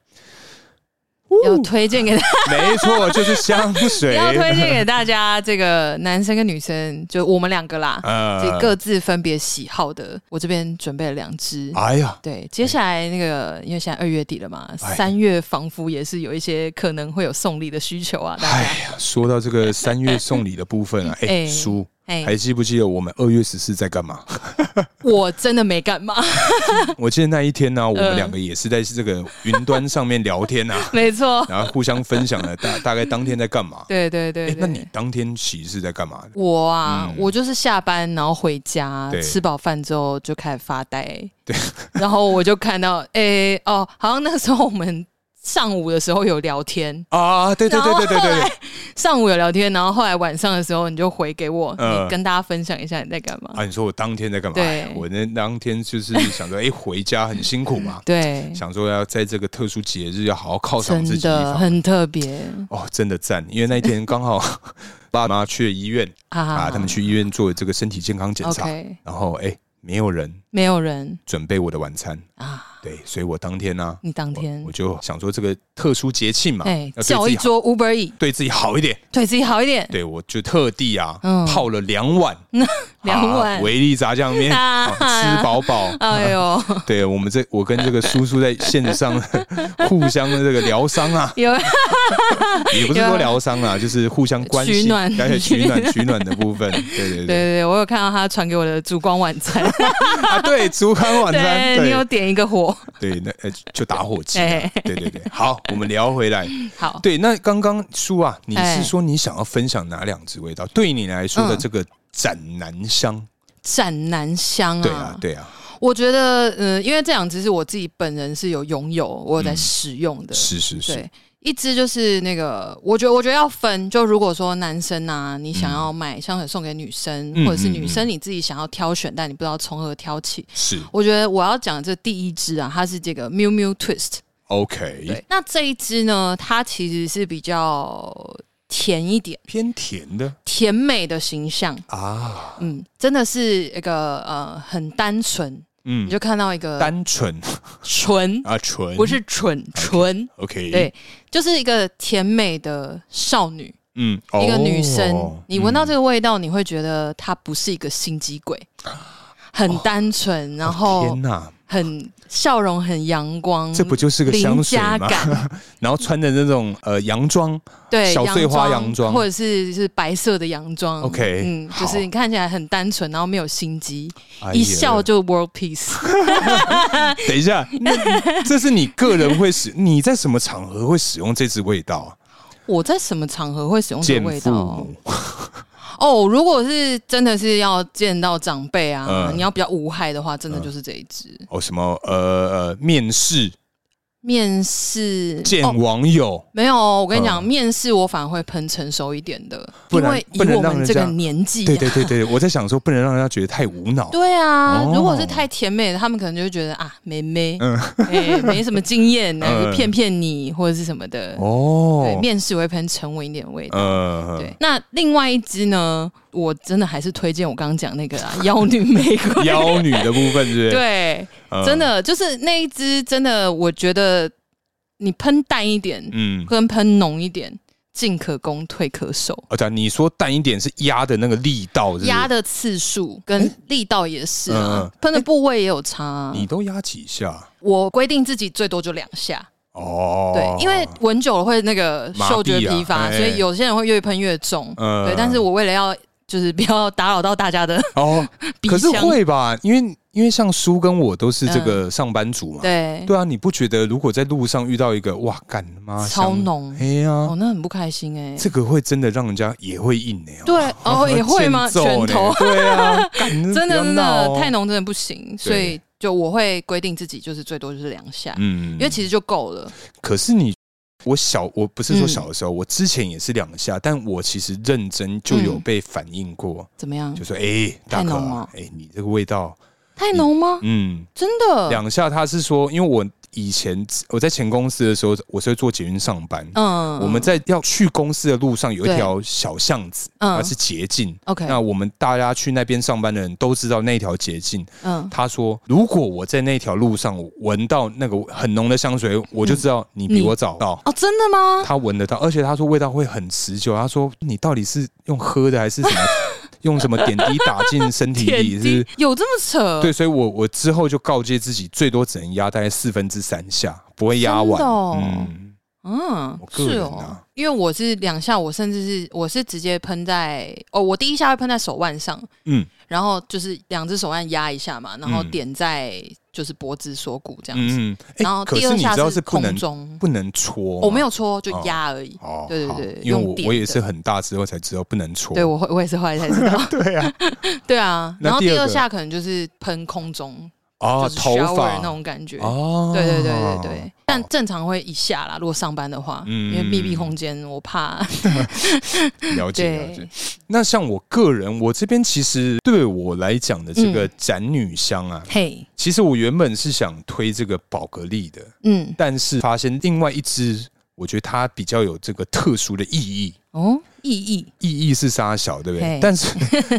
[SPEAKER 1] 要推荐给大
[SPEAKER 2] 没错，就是香 水。
[SPEAKER 1] 要推荐给大家这个男生跟女生，就我们两个 啦，
[SPEAKER 2] 呃
[SPEAKER 1] 就各自分别喜好的。我这边准备了两支。
[SPEAKER 2] 哎呀，
[SPEAKER 1] 对，接下来那个，因为现在二月底了嘛，
[SPEAKER 2] 哎
[SPEAKER 1] 三月仿佛也是有一些可能会有送礼的需求啊， 大
[SPEAKER 2] 哎
[SPEAKER 1] 家。
[SPEAKER 2] 呀，说到这个三月送礼的部分啊，哎，
[SPEAKER 1] 哎
[SPEAKER 2] 叔。
[SPEAKER 1] 哎、
[SPEAKER 2] 还记不记得我们二月十四在 干嘛？
[SPEAKER 1] 我真的没干嘛，
[SPEAKER 2] 我记得那一天呢、我们
[SPEAKER 1] 呃
[SPEAKER 2] 两个也是在这个云端上面聊 天啊，
[SPEAKER 1] 没 错，
[SPEAKER 2] 然后互相分享了大大概当天在干嘛。
[SPEAKER 1] 对对对
[SPEAKER 2] 哎
[SPEAKER 1] 对，
[SPEAKER 2] 那你当天其实是在干嘛的？
[SPEAKER 1] 我啊，
[SPEAKER 2] 嗯
[SPEAKER 1] 我就是下班然后回家
[SPEAKER 2] 对，
[SPEAKER 1] 吃饱饭之后就开始发 呆。对，然后我就看到，诶、哦，好像那时候我们上午的时候有聊天，
[SPEAKER 2] 啊，对对对对对对
[SPEAKER 1] 然后后
[SPEAKER 2] 对
[SPEAKER 1] 来上午有聊天，然后后来晚上的时候你就回给我，
[SPEAKER 2] 嗯
[SPEAKER 1] 你跟大家分享一下你在干嘛。
[SPEAKER 2] 啊！你说我当天在干嘛？
[SPEAKER 1] 对
[SPEAKER 2] 哎我那当天就是 想着，哎、回家很辛苦嘛，
[SPEAKER 1] 对，
[SPEAKER 2] 想说要在这个特殊节日要好好犒赏自
[SPEAKER 1] 真
[SPEAKER 2] 己一
[SPEAKER 1] 的
[SPEAKER 2] 番。
[SPEAKER 1] 很特别
[SPEAKER 2] 哦，真的赞！因为那一天 刚好爸妈去了医院
[SPEAKER 1] 啊
[SPEAKER 2] 啊，他们去医院做这个身体健康检查
[SPEAKER 1] OK
[SPEAKER 2] 然后哎、没有人
[SPEAKER 1] 没有人
[SPEAKER 2] 准备我的晚餐，
[SPEAKER 1] 啊，
[SPEAKER 2] 对，所以我当天呢、
[SPEAKER 1] 你当天
[SPEAKER 2] 我就想说这个特殊节庆嘛，
[SPEAKER 1] 哎
[SPEAKER 2] 要对
[SPEAKER 1] 叫
[SPEAKER 2] 自
[SPEAKER 1] 一
[SPEAKER 2] 己好，
[SPEAKER 1] 桌 Uber E，
[SPEAKER 2] 对自己好一点。
[SPEAKER 1] 对自己好一点，
[SPEAKER 2] 对，我就特地啊，
[SPEAKER 1] 嗯
[SPEAKER 2] 泡了两碗
[SPEAKER 1] 两碗
[SPEAKER 2] 啊维力炸酱面，
[SPEAKER 1] 啊
[SPEAKER 2] 啊吃饱 饱。
[SPEAKER 1] 哎 呦，
[SPEAKER 2] 对我们这，我跟这个叔叔在线上互相的这个疗伤啊，
[SPEAKER 1] 有
[SPEAKER 2] 也不是说疗伤啊，就是互相关心，
[SPEAKER 1] 取暖
[SPEAKER 2] 而且取暖取暖的部分。对对
[SPEAKER 1] 对对
[SPEAKER 2] 对
[SPEAKER 1] 对，我有看到他传给我的烛光晚 餐，
[SPEAKER 2] 啊，对，烛光晚餐，
[SPEAKER 1] 对你有
[SPEAKER 2] 对
[SPEAKER 1] 点一个火，
[SPEAKER 2] 对，那呃就打火机啊
[SPEAKER 1] 哎，
[SPEAKER 2] 对对对。好，我们聊回来。
[SPEAKER 1] 好，
[SPEAKER 2] 对，那刚刚叔啊，你
[SPEAKER 1] 哎嗯
[SPEAKER 2] 是说你想要分享哪两支味道？对你来说的这个斩南香，
[SPEAKER 1] 斩南香
[SPEAKER 2] 对啊，对啊，
[SPEAKER 1] 我觉得，嗯、因为这两只是我自己本人是有拥有，我有在
[SPEAKER 2] 嗯
[SPEAKER 1] 使用的。
[SPEAKER 2] 是是是，
[SPEAKER 1] 对，一只就是那个，我觉得我觉得要分，就如果说男生啊，你想要买香水送给女生，
[SPEAKER 2] 嗯
[SPEAKER 1] 或者是
[SPEAKER 2] 嗯
[SPEAKER 1] 女生你自己想要挑选，但你不知道从何挑起。
[SPEAKER 2] 是
[SPEAKER 1] 我觉得我要讲的这第一支啊，它是这个 Miu Miu Twist。对
[SPEAKER 2] OK，，
[SPEAKER 1] 那这一支呢，它其实是比较甜一点，
[SPEAKER 2] 偏甜的
[SPEAKER 1] 甜美的形象，
[SPEAKER 2] 啊，
[SPEAKER 1] 嗯，真的是一个呃很单纯，你
[SPEAKER 2] 嗯，
[SPEAKER 1] 就看到一个
[SPEAKER 2] 单纯
[SPEAKER 1] 纯
[SPEAKER 2] 啊，纯
[SPEAKER 1] 不是蠢纯，
[SPEAKER 2] OK，
[SPEAKER 1] 对，就是一个甜美的少女，
[SPEAKER 2] 嗯，
[SPEAKER 1] 一个女生。
[SPEAKER 2] 哦
[SPEAKER 1] 你闻到这
[SPEAKER 2] 嗯
[SPEAKER 1] 个味道，你会觉得她不是一个心机鬼，很单纯，然后
[SPEAKER 2] 哦天哪，
[SPEAKER 1] 很笑容很阳光，
[SPEAKER 2] 这不就是个香
[SPEAKER 1] 嗯邻
[SPEAKER 2] 水
[SPEAKER 1] 家
[SPEAKER 2] 吗？
[SPEAKER 1] 感？
[SPEAKER 2] 然后穿着那种呃洋装，
[SPEAKER 1] 对，
[SPEAKER 2] 小碎花洋装
[SPEAKER 1] 或者是是白色的洋装。
[SPEAKER 2] OK，
[SPEAKER 1] 嗯，
[SPEAKER 2] 好
[SPEAKER 1] 就是你看起来很单纯，然后没有心机，
[SPEAKER 2] 哎
[SPEAKER 1] 一
[SPEAKER 2] 呀
[SPEAKER 1] 笑就 world peace。
[SPEAKER 2] 等一下，那 这是你个人会使，你在什么场合会使用这支味道啊？
[SPEAKER 1] 我在什么场合会使用这
[SPEAKER 2] 见
[SPEAKER 1] 个味
[SPEAKER 2] 父
[SPEAKER 1] 道？
[SPEAKER 2] 母
[SPEAKER 1] 哦，如果是真的是要见到长辈啊，
[SPEAKER 2] 嗯
[SPEAKER 1] 你要比较无害的话，真的就是这一支、
[SPEAKER 2] 哦，什么呃呃面试
[SPEAKER 1] 面试。
[SPEAKER 2] 见
[SPEAKER 1] 哦
[SPEAKER 2] 网友，
[SPEAKER 1] 没有，我跟你讲，
[SPEAKER 2] 嗯
[SPEAKER 1] 面试我反而会喷成熟一点的，
[SPEAKER 2] 不
[SPEAKER 1] 因
[SPEAKER 2] 然
[SPEAKER 1] 为以
[SPEAKER 2] 不能
[SPEAKER 1] 我
[SPEAKER 2] 让
[SPEAKER 1] 们
[SPEAKER 2] 人
[SPEAKER 1] 这个
[SPEAKER 2] 家
[SPEAKER 1] 年纪、啊，
[SPEAKER 2] 对对对对，我在想说不能让人家觉得太无脑。
[SPEAKER 1] 对啊
[SPEAKER 2] 哦，
[SPEAKER 1] 如果是太甜美的，他们可能就会觉得啊，妹妹，
[SPEAKER 2] 嗯
[SPEAKER 1] 哎，没什么经 验，然后
[SPEAKER 2] 嗯
[SPEAKER 1] 骗骗你或者是什么的。对，
[SPEAKER 2] 哦，
[SPEAKER 1] 面试我会喷沉稳一点的味道。
[SPEAKER 2] 呃，
[SPEAKER 1] 对，那另外一支呢，我真的还是推荐我刚刚讲那个啊， 妖女玫瑰。
[SPEAKER 2] 妖女的部分是不是？
[SPEAKER 1] 对，
[SPEAKER 2] 嗯
[SPEAKER 1] 真，的就是那一支，真的我觉得你喷淡一点，
[SPEAKER 2] 嗯，
[SPEAKER 1] 跟喷浓一点，进可攻，退可守。
[SPEAKER 2] 哦，对啊，你说淡一点是压的那个力道是不是，
[SPEAKER 1] 压的次数跟力道也是啊
[SPEAKER 2] 嗯，
[SPEAKER 1] 喷的部位也有差啊。
[SPEAKER 2] 你都压几下？
[SPEAKER 1] 我规定自己最多就两下，
[SPEAKER 2] 哦，
[SPEAKER 1] 对，因为闻久了会那个
[SPEAKER 2] 麻痹啊
[SPEAKER 1] 嗅觉疲乏，
[SPEAKER 2] 哎
[SPEAKER 1] 所以有些人会越喷越重。
[SPEAKER 2] 呃
[SPEAKER 1] 对，但是我为了要就是不要打扰到大家的
[SPEAKER 2] 哦，
[SPEAKER 1] 鼻
[SPEAKER 2] 可是
[SPEAKER 1] 腔，嗯
[SPEAKER 2] 会吧？因为因为像叔跟我都是这个上班族嘛，
[SPEAKER 1] 对，
[SPEAKER 2] 对啊，你不觉得如果在路上遇到一个哇，干妈
[SPEAKER 1] 超，浓
[SPEAKER 2] 香，哎呀
[SPEAKER 1] 哦，，那很不开心哎。
[SPEAKER 2] 这个会真的让人家也会硬的呀。
[SPEAKER 1] 对哦，也会吗？
[SPEAKER 2] 欠
[SPEAKER 1] 拳
[SPEAKER 2] 揍呢
[SPEAKER 1] 头。
[SPEAKER 2] 对啊， 干
[SPEAKER 1] 真的真的太。
[SPEAKER 2] 你不要闹哦
[SPEAKER 1] 浓真的不行，所以就我会规定自己就是最多就是两下，
[SPEAKER 2] 嗯，
[SPEAKER 1] 因为其实就够了。
[SPEAKER 2] 可是你，我小我不是说
[SPEAKER 1] 嗯
[SPEAKER 2] 小的时候，我之前也是两下，但我其实认真就有被反映过，
[SPEAKER 1] 怎么样
[SPEAKER 2] 就？说哎、
[SPEAKER 1] 嗯太
[SPEAKER 2] 大哥
[SPEAKER 1] 浓了
[SPEAKER 2] 啊，哎、你这个味道，
[SPEAKER 1] 太浓吗？
[SPEAKER 2] 嗯，
[SPEAKER 1] 真的？
[SPEAKER 2] 两下他是说，因为我以前我在前公司的时候，我是会做捷运上班。
[SPEAKER 1] 嗯
[SPEAKER 2] 我们在要去公司的路上有一
[SPEAKER 1] 对
[SPEAKER 2] 条小巷子，
[SPEAKER 1] 嗯
[SPEAKER 2] 它是捷径。
[SPEAKER 1] OK，
[SPEAKER 2] 那我们大家去那边上班的人都知道那条捷径。
[SPEAKER 1] 嗯，
[SPEAKER 2] 他说，如果我在那条路上闻到那个很浓的香水，我就知道你比
[SPEAKER 1] 你
[SPEAKER 2] 我早到。
[SPEAKER 1] 哦，真的吗？
[SPEAKER 2] 他闻得到，而且他说味道会很持久。他说你到底是用喝的还是什 么，用什么点滴打进身体
[SPEAKER 1] 点
[SPEAKER 2] 里？
[SPEAKER 1] 滴
[SPEAKER 2] 是
[SPEAKER 1] 有这么扯？
[SPEAKER 2] 对，所以我我之后就告诫自己，最多只能压大概四分之三下，不会压完。
[SPEAKER 1] 真的哦
[SPEAKER 2] 嗯，
[SPEAKER 1] 嗯
[SPEAKER 2] 我，个
[SPEAKER 1] 是
[SPEAKER 2] 人啊
[SPEAKER 1] 哦，因为我是两下，我甚至是我是直接喷在哦，我第一下会喷在手腕上，
[SPEAKER 2] 嗯，
[SPEAKER 1] 然后就是两只手腕压一下嘛，然后
[SPEAKER 2] 嗯
[SPEAKER 1] 点在就是脖子锁骨这样子，
[SPEAKER 2] 嗯嗯，哎、
[SPEAKER 1] 然后
[SPEAKER 2] 可
[SPEAKER 1] 第
[SPEAKER 2] 是
[SPEAKER 1] 二
[SPEAKER 2] 你
[SPEAKER 1] 下
[SPEAKER 2] 知道
[SPEAKER 1] 是
[SPEAKER 2] 不能
[SPEAKER 1] 空中，
[SPEAKER 2] 不能搓，
[SPEAKER 1] 我没。有戳，就
[SPEAKER 2] 哦
[SPEAKER 1] 压而已。
[SPEAKER 2] 哦，
[SPEAKER 1] 对对
[SPEAKER 2] 好
[SPEAKER 1] 对
[SPEAKER 2] 因为
[SPEAKER 1] 用
[SPEAKER 2] 我
[SPEAKER 1] 点
[SPEAKER 2] 我也
[SPEAKER 1] 的
[SPEAKER 2] 是很大之后才知道不能搓。
[SPEAKER 1] 对，我会我也是后来才知道，
[SPEAKER 2] 对啊，
[SPEAKER 1] 对啊。
[SPEAKER 2] 那
[SPEAKER 1] 然后
[SPEAKER 2] 第
[SPEAKER 1] 第
[SPEAKER 2] 二
[SPEAKER 1] 二
[SPEAKER 2] 个
[SPEAKER 1] 下可能就是喷空中，
[SPEAKER 2] 哦
[SPEAKER 1] 就，是
[SPEAKER 2] 头
[SPEAKER 1] shower
[SPEAKER 2] 发
[SPEAKER 1] 那种感觉。
[SPEAKER 2] 哦，
[SPEAKER 1] 对对对对对，但
[SPEAKER 2] 好
[SPEAKER 1] 正常会一下啦。如果上班的话，
[SPEAKER 2] 嗯
[SPEAKER 1] 因为密闭空间，我怕。
[SPEAKER 2] 哦了解了解
[SPEAKER 1] 对。，
[SPEAKER 2] 那像我个人，我这边其实对我来讲的这
[SPEAKER 1] 嗯
[SPEAKER 2] 个斩女香啊，
[SPEAKER 1] 嘿，
[SPEAKER 2] 其实我原本是想推这个宝格丽的，
[SPEAKER 1] 嗯，
[SPEAKER 2] 但是发现另外一支，我觉得它比较有这个特殊的意义。
[SPEAKER 1] 哦，意义
[SPEAKER 2] 意义是沙小，对不对
[SPEAKER 1] 嘿？
[SPEAKER 2] 但是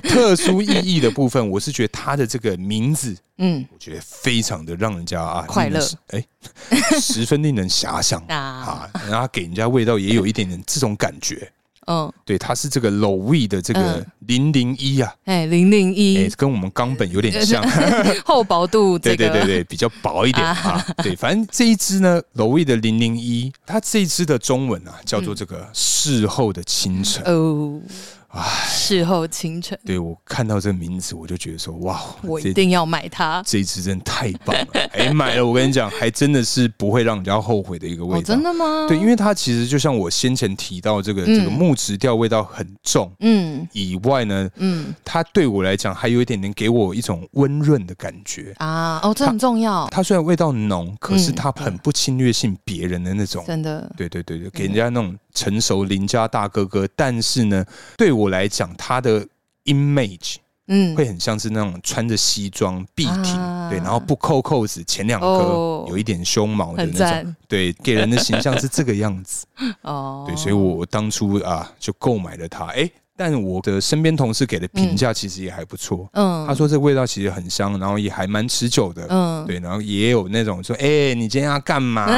[SPEAKER 2] 特殊意义的部分，我是觉得他的这个名字，
[SPEAKER 1] 嗯
[SPEAKER 2] 我觉得非常的让人家啊
[SPEAKER 1] 快乐，
[SPEAKER 2] 令人哎，十分令人遐 想
[SPEAKER 1] 啊
[SPEAKER 2] 啊，然后给人家味道也有一点点这种感觉。
[SPEAKER 1] 嗯，
[SPEAKER 2] 对，它是这个 low V 的这个零零一啊，
[SPEAKER 1] 哎零零
[SPEAKER 2] 哎
[SPEAKER 1] 一，
[SPEAKER 2] 跟我们冈本有点 像，
[SPEAKER 1] 厚薄度这
[SPEAKER 2] 对
[SPEAKER 1] 个
[SPEAKER 2] 对对 对，比较薄一点啊。对，反正这一支呢，楼味的零零一，它这一支的中文啊，叫做这个事后的清晨。
[SPEAKER 1] 哦，事后清晨，
[SPEAKER 2] 对我看到这个名字，我就觉得说，哇，
[SPEAKER 1] 我
[SPEAKER 2] 这
[SPEAKER 1] 一定要买它。
[SPEAKER 2] 这一支真的太棒了！ 哎，买了，我跟你讲，还真的是不会让人家后悔的一个味道。
[SPEAKER 1] 哦，真的吗？
[SPEAKER 2] 对，因为它其实就像我先前提到，这个、这个
[SPEAKER 1] 嗯
[SPEAKER 2] 木质调味道很重。
[SPEAKER 1] 嗯
[SPEAKER 2] 以外呢，
[SPEAKER 1] 嗯
[SPEAKER 2] 它对我来讲还有一点点给我一种温润的感觉。
[SPEAKER 1] 啊，哦，这很重要，
[SPEAKER 2] 它虽然味道浓，可是
[SPEAKER 1] 嗯
[SPEAKER 2] 它很不侵略性别人的那种。
[SPEAKER 1] 真的，
[SPEAKER 2] 对对对对，给人
[SPEAKER 1] 嗯
[SPEAKER 2] 家那种成熟邻家大哥哥。但是呢，对我来讲，他的 image
[SPEAKER 1] 嗯
[SPEAKER 2] 会很像是那种穿着西装笔挺，
[SPEAKER 1] 啊
[SPEAKER 2] 对，然后不扣扣子，前两颗、
[SPEAKER 1] 哦
[SPEAKER 2] 有一点胸毛的
[SPEAKER 1] 很
[SPEAKER 2] 那种，
[SPEAKER 1] 赞
[SPEAKER 2] 对，给人的形象是这个样 子。
[SPEAKER 1] 哦。
[SPEAKER 2] 对，所以我当初啊就购买了它。哎，但我的身边同事给的评价其实也还不错，
[SPEAKER 1] 嗯，
[SPEAKER 2] 他说这味道其实很香，然后也还蛮持久的。
[SPEAKER 1] 嗯，
[SPEAKER 2] 对，然后也有那种说，哎、你今天要 干嘛？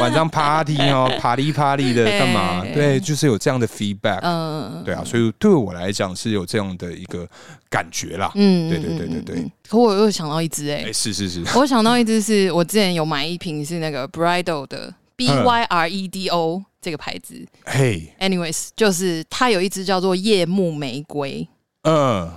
[SPEAKER 2] 晚上 party 哦，party party 的干嘛？
[SPEAKER 1] 哎
[SPEAKER 2] 对，就是有这样的 feedback，、
[SPEAKER 1] 嗯，
[SPEAKER 2] 对啊，所以对我来讲是有这样的一个感觉啦。
[SPEAKER 1] 嗯，
[SPEAKER 2] 对对对对
[SPEAKER 1] 嗯。嗯
[SPEAKER 2] 对
[SPEAKER 1] 嗯，可我又想到一只
[SPEAKER 2] 哎、
[SPEAKER 1] 哎，
[SPEAKER 2] 是是是，
[SPEAKER 1] 我想到一只是我之前有买一瓶是那个 Brido 的
[SPEAKER 2] 嗯
[SPEAKER 1] B Y R E D O 这个牌子。
[SPEAKER 2] 嘿，
[SPEAKER 1] Anyways，就是它有一只叫做夜幕玫瑰。
[SPEAKER 2] 嗯，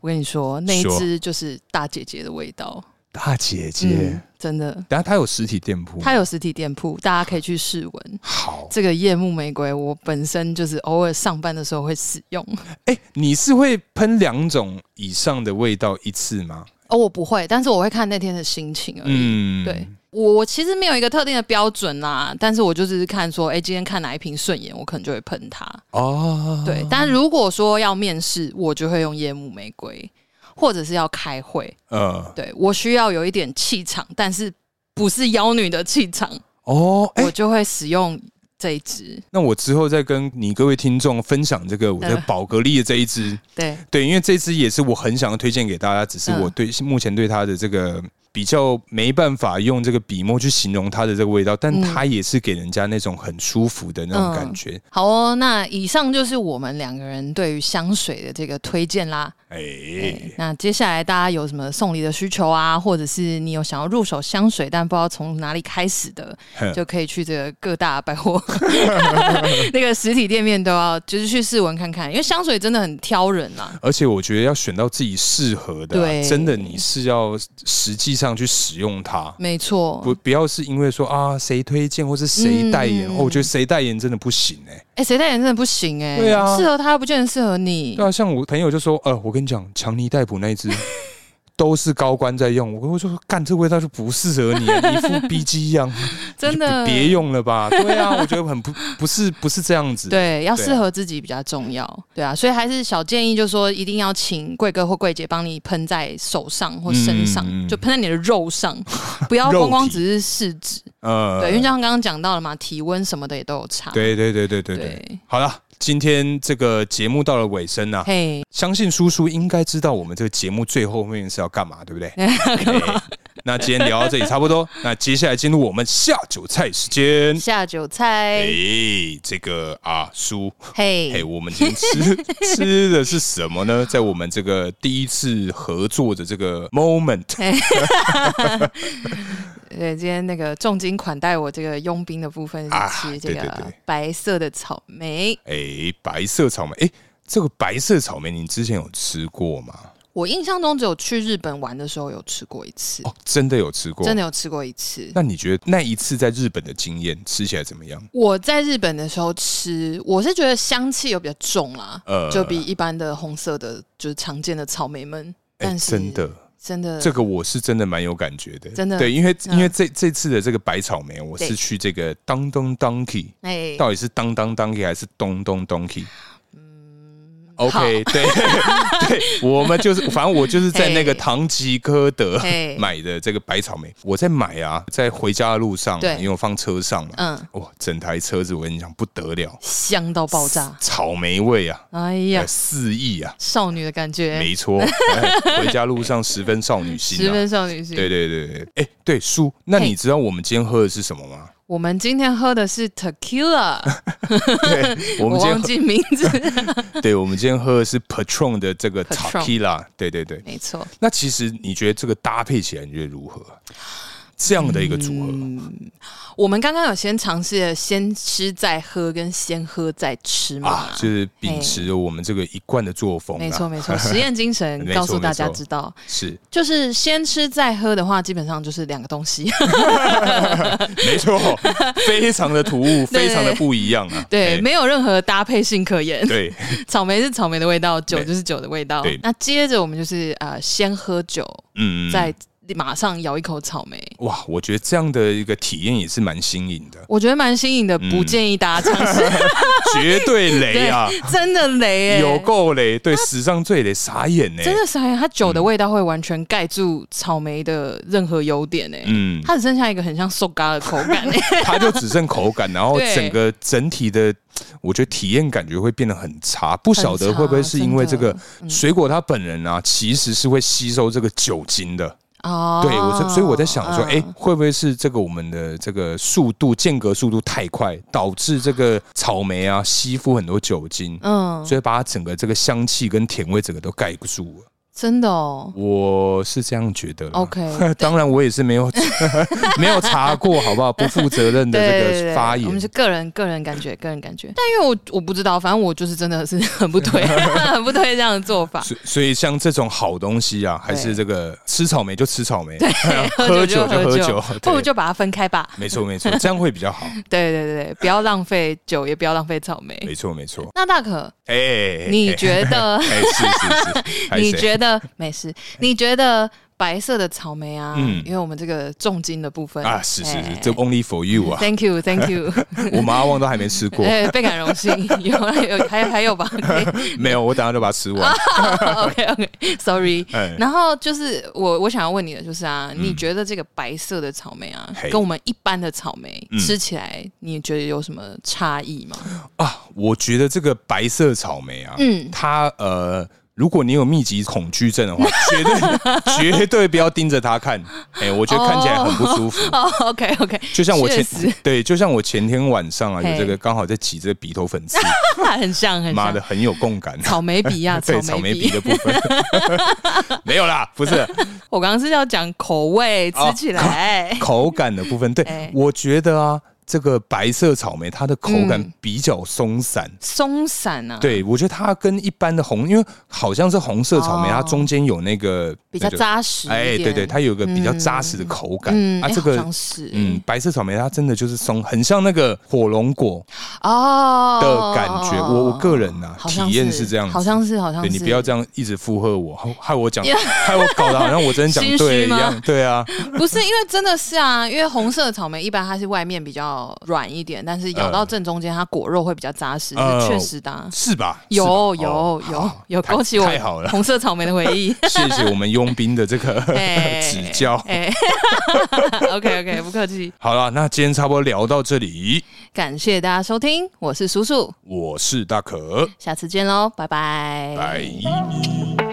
[SPEAKER 1] 我跟你说，那一
[SPEAKER 2] 说
[SPEAKER 1] 只就是大姐姐的味道，
[SPEAKER 2] 大姐姐，
[SPEAKER 1] 嗯，真的。
[SPEAKER 2] 然后它有实体店铺，
[SPEAKER 1] 它有实体店铺，大家可以去试闻。
[SPEAKER 2] 好，
[SPEAKER 1] 这个夜幕玫瑰，我本身就是偶尔上班的时候会使用。
[SPEAKER 2] 哎、你是会喷两种以上的味道一次吗？
[SPEAKER 1] 哦，我不会，但是我会看那天的心情而已。
[SPEAKER 2] 嗯，
[SPEAKER 1] 对，我我其实没有一个特定的标准啦，但是我就只是看说，哎、今天看哪一瓶顺眼，我可能就会喷它。
[SPEAKER 2] 哦，
[SPEAKER 1] 对，但如果说要面试，我就会用夜幕玫瑰，或者是要开会，
[SPEAKER 2] 呃，
[SPEAKER 1] 对我需要有一点气场，但是不是妖女的气场，
[SPEAKER 2] 哦，哎、
[SPEAKER 1] 我就会使用这一支。
[SPEAKER 2] 那我之后再跟你各位听众分享这个我的
[SPEAKER 1] 嗯
[SPEAKER 2] 宝格丽的这一支，
[SPEAKER 1] 对，
[SPEAKER 2] 对，因为这支也是我很想要推荐给大家，只是
[SPEAKER 1] 嗯
[SPEAKER 2] 我对、目前对它的这个比较没办法用这个笔墨去形容它的这个味道，但
[SPEAKER 1] 嗯
[SPEAKER 2] 它也是给人家那种很舒服的那种感觉。
[SPEAKER 1] 好哦，那以上就是我们两个人对于香水的这个推荐啦。
[SPEAKER 2] 哎、
[SPEAKER 1] 对那接下来大家有什么送礼的需求啊，或者是你有想要入手香水但不知道从哪里开始的，
[SPEAKER 2] 哼
[SPEAKER 1] 就可以去这个各大百 货 那个实体店面都要，就是去试闻看看，因为香水真的很挑人啊。
[SPEAKER 2] 而且我觉得要选到自己适合的啊、
[SPEAKER 1] 对
[SPEAKER 2] 真的你是要实际上去使用它。
[SPEAKER 1] 没错，
[SPEAKER 2] 不，不要是因为说啊，谁推荐或是谁代言、
[SPEAKER 1] 嗯
[SPEAKER 2] 哦，我觉得谁代言真的不行哎、
[SPEAKER 1] 哎、谁代言真的不行哎、
[SPEAKER 2] 对啊
[SPEAKER 1] 适合他又不见得适合你
[SPEAKER 2] 对。啊，像我朋友就说，呃，我跟你讲，强尼戴普那 一支都是高官在用，我我就说，干这味道就不适合 你啊，你一副 B G 样，
[SPEAKER 1] 真的
[SPEAKER 2] 你就别用了吧。对啊，我觉得很不不是不是这样子。
[SPEAKER 1] 对，要
[SPEAKER 2] 对啊
[SPEAKER 1] 适合自己比较重要，对啊，所以还是小建议，就是说一定要请贵哥或贵姐帮你喷在手上或身上，
[SPEAKER 2] 嗯嗯嗯
[SPEAKER 1] 就喷在你的肉 上，不要
[SPEAKER 2] 肉
[SPEAKER 1] 光光
[SPEAKER 2] 体
[SPEAKER 1] 只是试纸，
[SPEAKER 2] 呃
[SPEAKER 1] 对，因为像刚刚讲到了嘛，体温什么的也都有差，
[SPEAKER 2] 对对对对对对。
[SPEAKER 1] 对，
[SPEAKER 2] 好了，今天这个节目到了尾声啊，
[SPEAKER 1] 嘿，
[SPEAKER 2] 相信叔叔应该知道我们这个节目最后面是要干嘛，对不对？哎那今天聊到这里差不多，那接下来进入我们下酒菜时间。
[SPEAKER 1] 下酒菜，
[SPEAKER 2] 哎，这个啊，叔，
[SPEAKER 1] 嘿，
[SPEAKER 2] 嘿，我们 今天吃吃的是什么呢？在我们这个第一次合作的这个 moment，
[SPEAKER 1] 对，今天那个重金款待我这个佣兵的部分是
[SPEAKER 2] 啊
[SPEAKER 1] 吃这
[SPEAKER 2] 对对
[SPEAKER 1] 个
[SPEAKER 2] 对
[SPEAKER 1] 白色的草莓，
[SPEAKER 2] 哎，白色草莓，哎，这个白色草莓你之前有吃过吗？
[SPEAKER 1] 我印象中只有去日本玩的时候有吃过一次，
[SPEAKER 2] 哦，真的有吃过，
[SPEAKER 1] 真的。有吃过一次。
[SPEAKER 2] 那你觉得那一次在日本的经验吃起来怎么样？
[SPEAKER 1] 我在日本的时候吃，我是觉得香气有比较重啦，
[SPEAKER 2] 呃
[SPEAKER 1] 就比一般的红色的，就是常见的草莓们。
[SPEAKER 2] 哎，
[SPEAKER 1] 但是
[SPEAKER 2] 真的，
[SPEAKER 1] 真的，
[SPEAKER 2] 这个我是真的蛮有感觉的，
[SPEAKER 1] 真的
[SPEAKER 2] 对，因为
[SPEAKER 1] 嗯
[SPEAKER 2] 因为这这次的这个白草莓，我是
[SPEAKER 1] 对
[SPEAKER 2] 去这个当当 donkey，
[SPEAKER 1] 哎、嗯
[SPEAKER 2] 到底是当当 donkey 还是咚咚 donkey？ OK，对 对，我们就是， 反正我就是在那个
[SPEAKER 1] 嘿
[SPEAKER 2] 唐吉诃德
[SPEAKER 1] 嘿
[SPEAKER 2] 买的这个百草莓，我在买啊，在回家的路上，啊
[SPEAKER 1] 对
[SPEAKER 2] 因为我放车上嘛，啊
[SPEAKER 1] 嗯，
[SPEAKER 2] 哇，整台车子我跟你讲不得了，
[SPEAKER 1] 香到爆炸！
[SPEAKER 2] 草莓味啊，
[SPEAKER 1] 哎呀
[SPEAKER 2] 呃，四溢啊，
[SPEAKER 1] 少女的感觉，
[SPEAKER 2] 没错，哎回家路上十分少女 心
[SPEAKER 1] 十
[SPEAKER 2] 啊，
[SPEAKER 1] 分少女心。
[SPEAKER 2] 对对对对，哎，对叔，那
[SPEAKER 1] 嘿
[SPEAKER 2] 你知道我们今天喝的是什么吗？
[SPEAKER 1] 我们今天喝的是 tequila，
[SPEAKER 2] 对， 我
[SPEAKER 1] 我
[SPEAKER 2] 们今天
[SPEAKER 1] 忘
[SPEAKER 2] 喝
[SPEAKER 1] 记名 字，
[SPEAKER 2] 对，我们今天喝的是 Patron 的这个
[SPEAKER 1] Patron
[SPEAKER 2] Tequila，对对对，
[SPEAKER 1] 没错。
[SPEAKER 2] 那其实你觉得这个搭配起来，你觉得如何？这样的一个组合，
[SPEAKER 1] 嗯我们刚刚有先尝试了先吃再喝跟先喝再吃嘛，
[SPEAKER 2] 啊，就是秉持我们这个一贯的作风、啊，
[SPEAKER 1] 没错没错，实验精神
[SPEAKER 2] 没错
[SPEAKER 1] 告诉大家
[SPEAKER 2] 没错
[SPEAKER 1] 知道，
[SPEAKER 2] 是
[SPEAKER 1] 就是先吃再喝的话，基本上就是两个东 西。
[SPEAKER 2] 没 错，非常的突兀，非常的不一样啊，
[SPEAKER 1] 对，
[SPEAKER 2] 哎
[SPEAKER 1] 没有任何搭配性可言。
[SPEAKER 2] 对，
[SPEAKER 1] 草莓是草莓的味道，酒
[SPEAKER 2] 对
[SPEAKER 1] 就是酒的味道
[SPEAKER 2] 对。
[SPEAKER 1] 那接着我们就是呃，先喝酒，
[SPEAKER 2] 嗯，
[SPEAKER 1] 再马上咬一口草莓。，
[SPEAKER 2] 哇，我觉得这样的一个体验也是蛮新颖的
[SPEAKER 1] 我觉得蛮新颖的，不建议大家尝试。
[SPEAKER 2] 绝对雷啊，
[SPEAKER 1] 真的雷哎、
[SPEAKER 2] 嗯有够雷，对，史上最雷，傻眼呢、
[SPEAKER 1] 真的是哎它酒的味道会完全盖住草莓的任何优点哎、
[SPEAKER 2] 嗯，
[SPEAKER 1] 它只剩下一个很像瘦嘎的口感、欸，
[SPEAKER 2] 它就只剩口感，然后
[SPEAKER 1] 对
[SPEAKER 2] 整个整体的，我觉得体验感觉会变得很差。不晓得会不会是因为这个
[SPEAKER 1] 很
[SPEAKER 2] 水果它本人啊，其实是会吸收这个酒精的。
[SPEAKER 1] 哦
[SPEAKER 2] 对，我所所以我在想说，
[SPEAKER 1] 嗯
[SPEAKER 2] 哎，会不会是这个我们的这个速度间隔速度太快，导致这个草莓啊吸附很多酒精，
[SPEAKER 1] 嗯，
[SPEAKER 2] 所以把它整个这个香气跟甜味整个都盖住了。
[SPEAKER 1] 真的哦
[SPEAKER 2] 我是这样觉得啦。
[SPEAKER 1] ，OK，
[SPEAKER 2] 当然，我也是没有 没有查过，好不好？不负责任的
[SPEAKER 1] 对
[SPEAKER 2] 这
[SPEAKER 1] 对
[SPEAKER 2] 个
[SPEAKER 1] 对，
[SPEAKER 2] 发
[SPEAKER 1] 我
[SPEAKER 2] 言
[SPEAKER 1] 们，是个人个人感觉，个人感觉。但因为我我不知道，反正我就是真的是 很不推，很不推这样的做法。
[SPEAKER 2] 所所以像这种好东西啊，还是这个吃草莓就吃草莓，
[SPEAKER 1] 喝
[SPEAKER 2] 酒
[SPEAKER 1] 酒就
[SPEAKER 2] 就喝
[SPEAKER 1] 喝
[SPEAKER 2] 酒
[SPEAKER 1] 酒，不如
[SPEAKER 2] 对，
[SPEAKER 1] 就把它分开吧。
[SPEAKER 2] 没错 没错，这样会比较好，
[SPEAKER 1] 对对对对，不要浪费酒，也不要浪费草莓。
[SPEAKER 2] 没错没 错。
[SPEAKER 1] 那大可，
[SPEAKER 2] 哎哎，哎
[SPEAKER 1] 你觉得？
[SPEAKER 2] 哎 是是是， 还是
[SPEAKER 1] 你觉得没事？你觉得白色的草莓啊？
[SPEAKER 2] 嗯
[SPEAKER 1] 因为我们这个重金的部分
[SPEAKER 2] 啊是是是
[SPEAKER 1] 哎，
[SPEAKER 2] 这 only for you 啊，
[SPEAKER 1] Thank you, Thank you，
[SPEAKER 2] 我妈旺都还没吃过，
[SPEAKER 1] 哎，倍感荣幸。有啊有，还有还有吧
[SPEAKER 2] 没有，我等下就把它吃
[SPEAKER 1] 啊
[SPEAKER 2] 完。
[SPEAKER 1] ？OK OK Sorry。
[SPEAKER 2] 哎，嗯
[SPEAKER 1] 然后就是我我想要问你的就是啊，你觉得这个白色的草莓啊
[SPEAKER 2] 嘿，
[SPEAKER 1] 跟我们一般的草莓
[SPEAKER 2] 嗯
[SPEAKER 1] 吃起来，你觉得有什么差异 吗？
[SPEAKER 2] 啊，我觉得这个白色草莓啊，
[SPEAKER 1] 嗯
[SPEAKER 2] 它呃。如果你有密集恐惧症 的话，绝对绝对不要盯着它看。哎、我觉得看起来很不舒服。
[SPEAKER 1] 哦，OK OK，
[SPEAKER 2] 就像我前
[SPEAKER 1] 确实
[SPEAKER 2] 对，就像我前天晚上啊，有这个
[SPEAKER 1] 嘿
[SPEAKER 2] 刚好在挤这个鼻头粉刺，
[SPEAKER 1] 很像很
[SPEAKER 2] 妈
[SPEAKER 1] 像
[SPEAKER 2] 的很有共感。
[SPEAKER 1] 草莓比呀，
[SPEAKER 2] 对草莓
[SPEAKER 1] 莓
[SPEAKER 2] 鼻。的部 分没有啦，不是
[SPEAKER 1] 我刚刚是要讲口味，吃
[SPEAKER 2] 哦
[SPEAKER 1] 起来
[SPEAKER 2] 口感的部分。对
[SPEAKER 1] 哎，
[SPEAKER 2] 我觉得啊，这个白色草莓它的口感
[SPEAKER 1] 嗯
[SPEAKER 2] 比较松散。
[SPEAKER 1] 松散啊，
[SPEAKER 2] 对，我觉得它跟一般的红，因为好像是红色草莓，
[SPEAKER 1] 哦
[SPEAKER 2] 它中间有那个
[SPEAKER 1] 比较
[SPEAKER 2] 那个
[SPEAKER 1] 扎实一点。
[SPEAKER 2] 哎，对对，它有一个比较扎实的口感
[SPEAKER 1] 嗯
[SPEAKER 2] 啊。
[SPEAKER 1] 哎
[SPEAKER 2] 这
[SPEAKER 1] 好
[SPEAKER 2] 个
[SPEAKER 1] 像是
[SPEAKER 2] 嗯，白色草莓它真的就是松，很像那个火龙果。
[SPEAKER 1] 哦
[SPEAKER 2] 的感觉，我我个人呐、
[SPEAKER 1] 好像
[SPEAKER 2] 体验是这样子，
[SPEAKER 1] 好像是好像
[SPEAKER 2] 对
[SPEAKER 1] 是
[SPEAKER 2] 你不要这样一直附和我，害害我讲，害我搞得好像我真的 讲
[SPEAKER 1] 心虚
[SPEAKER 2] 对一
[SPEAKER 1] 吗
[SPEAKER 2] 样，对啊，
[SPEAKER 1] 不是因为真的是啊，因为红色的草莓一般它是外面比较软一点，但是咬到正中间，它果肉会比较扎实，
[SPEAKER 2] 呃
[SPEAKER 1] 是确实的啊、
[SPEAKER 2] 是吧？
[SPEAKER 1] 有
[SPEAKER 2] 是吧
[SPEAKER 1] 有
[SPEAKER 2] 哦
[SPEAKER 1] 有
[SPEAKER 2] 好
[SPEAKER 1] 有
[SPEAKER 2] 太
[SPEAKER 1] 勾起我
[SPEAKER 2] 太好了，。
[SPEAKER 1] 红色草莓的回忆
[SPEAKER 2] 谢谢我们佣兵的这个
[SPEAKER 1] 哎
[SPEAKER 2] 指教。
[SPEAKER 1] 哎，OK OK，不客气，
[SPEAKER 2] 好了，那今天差不多聊到这里，
[SPEAKER 1] 感谢大家收听，我是叔叔，
[SPEAKER 2] 我是大可，
[SPEAKER 1] 哎下次见喽，拜拜，
[SPEAKER 2] 拜。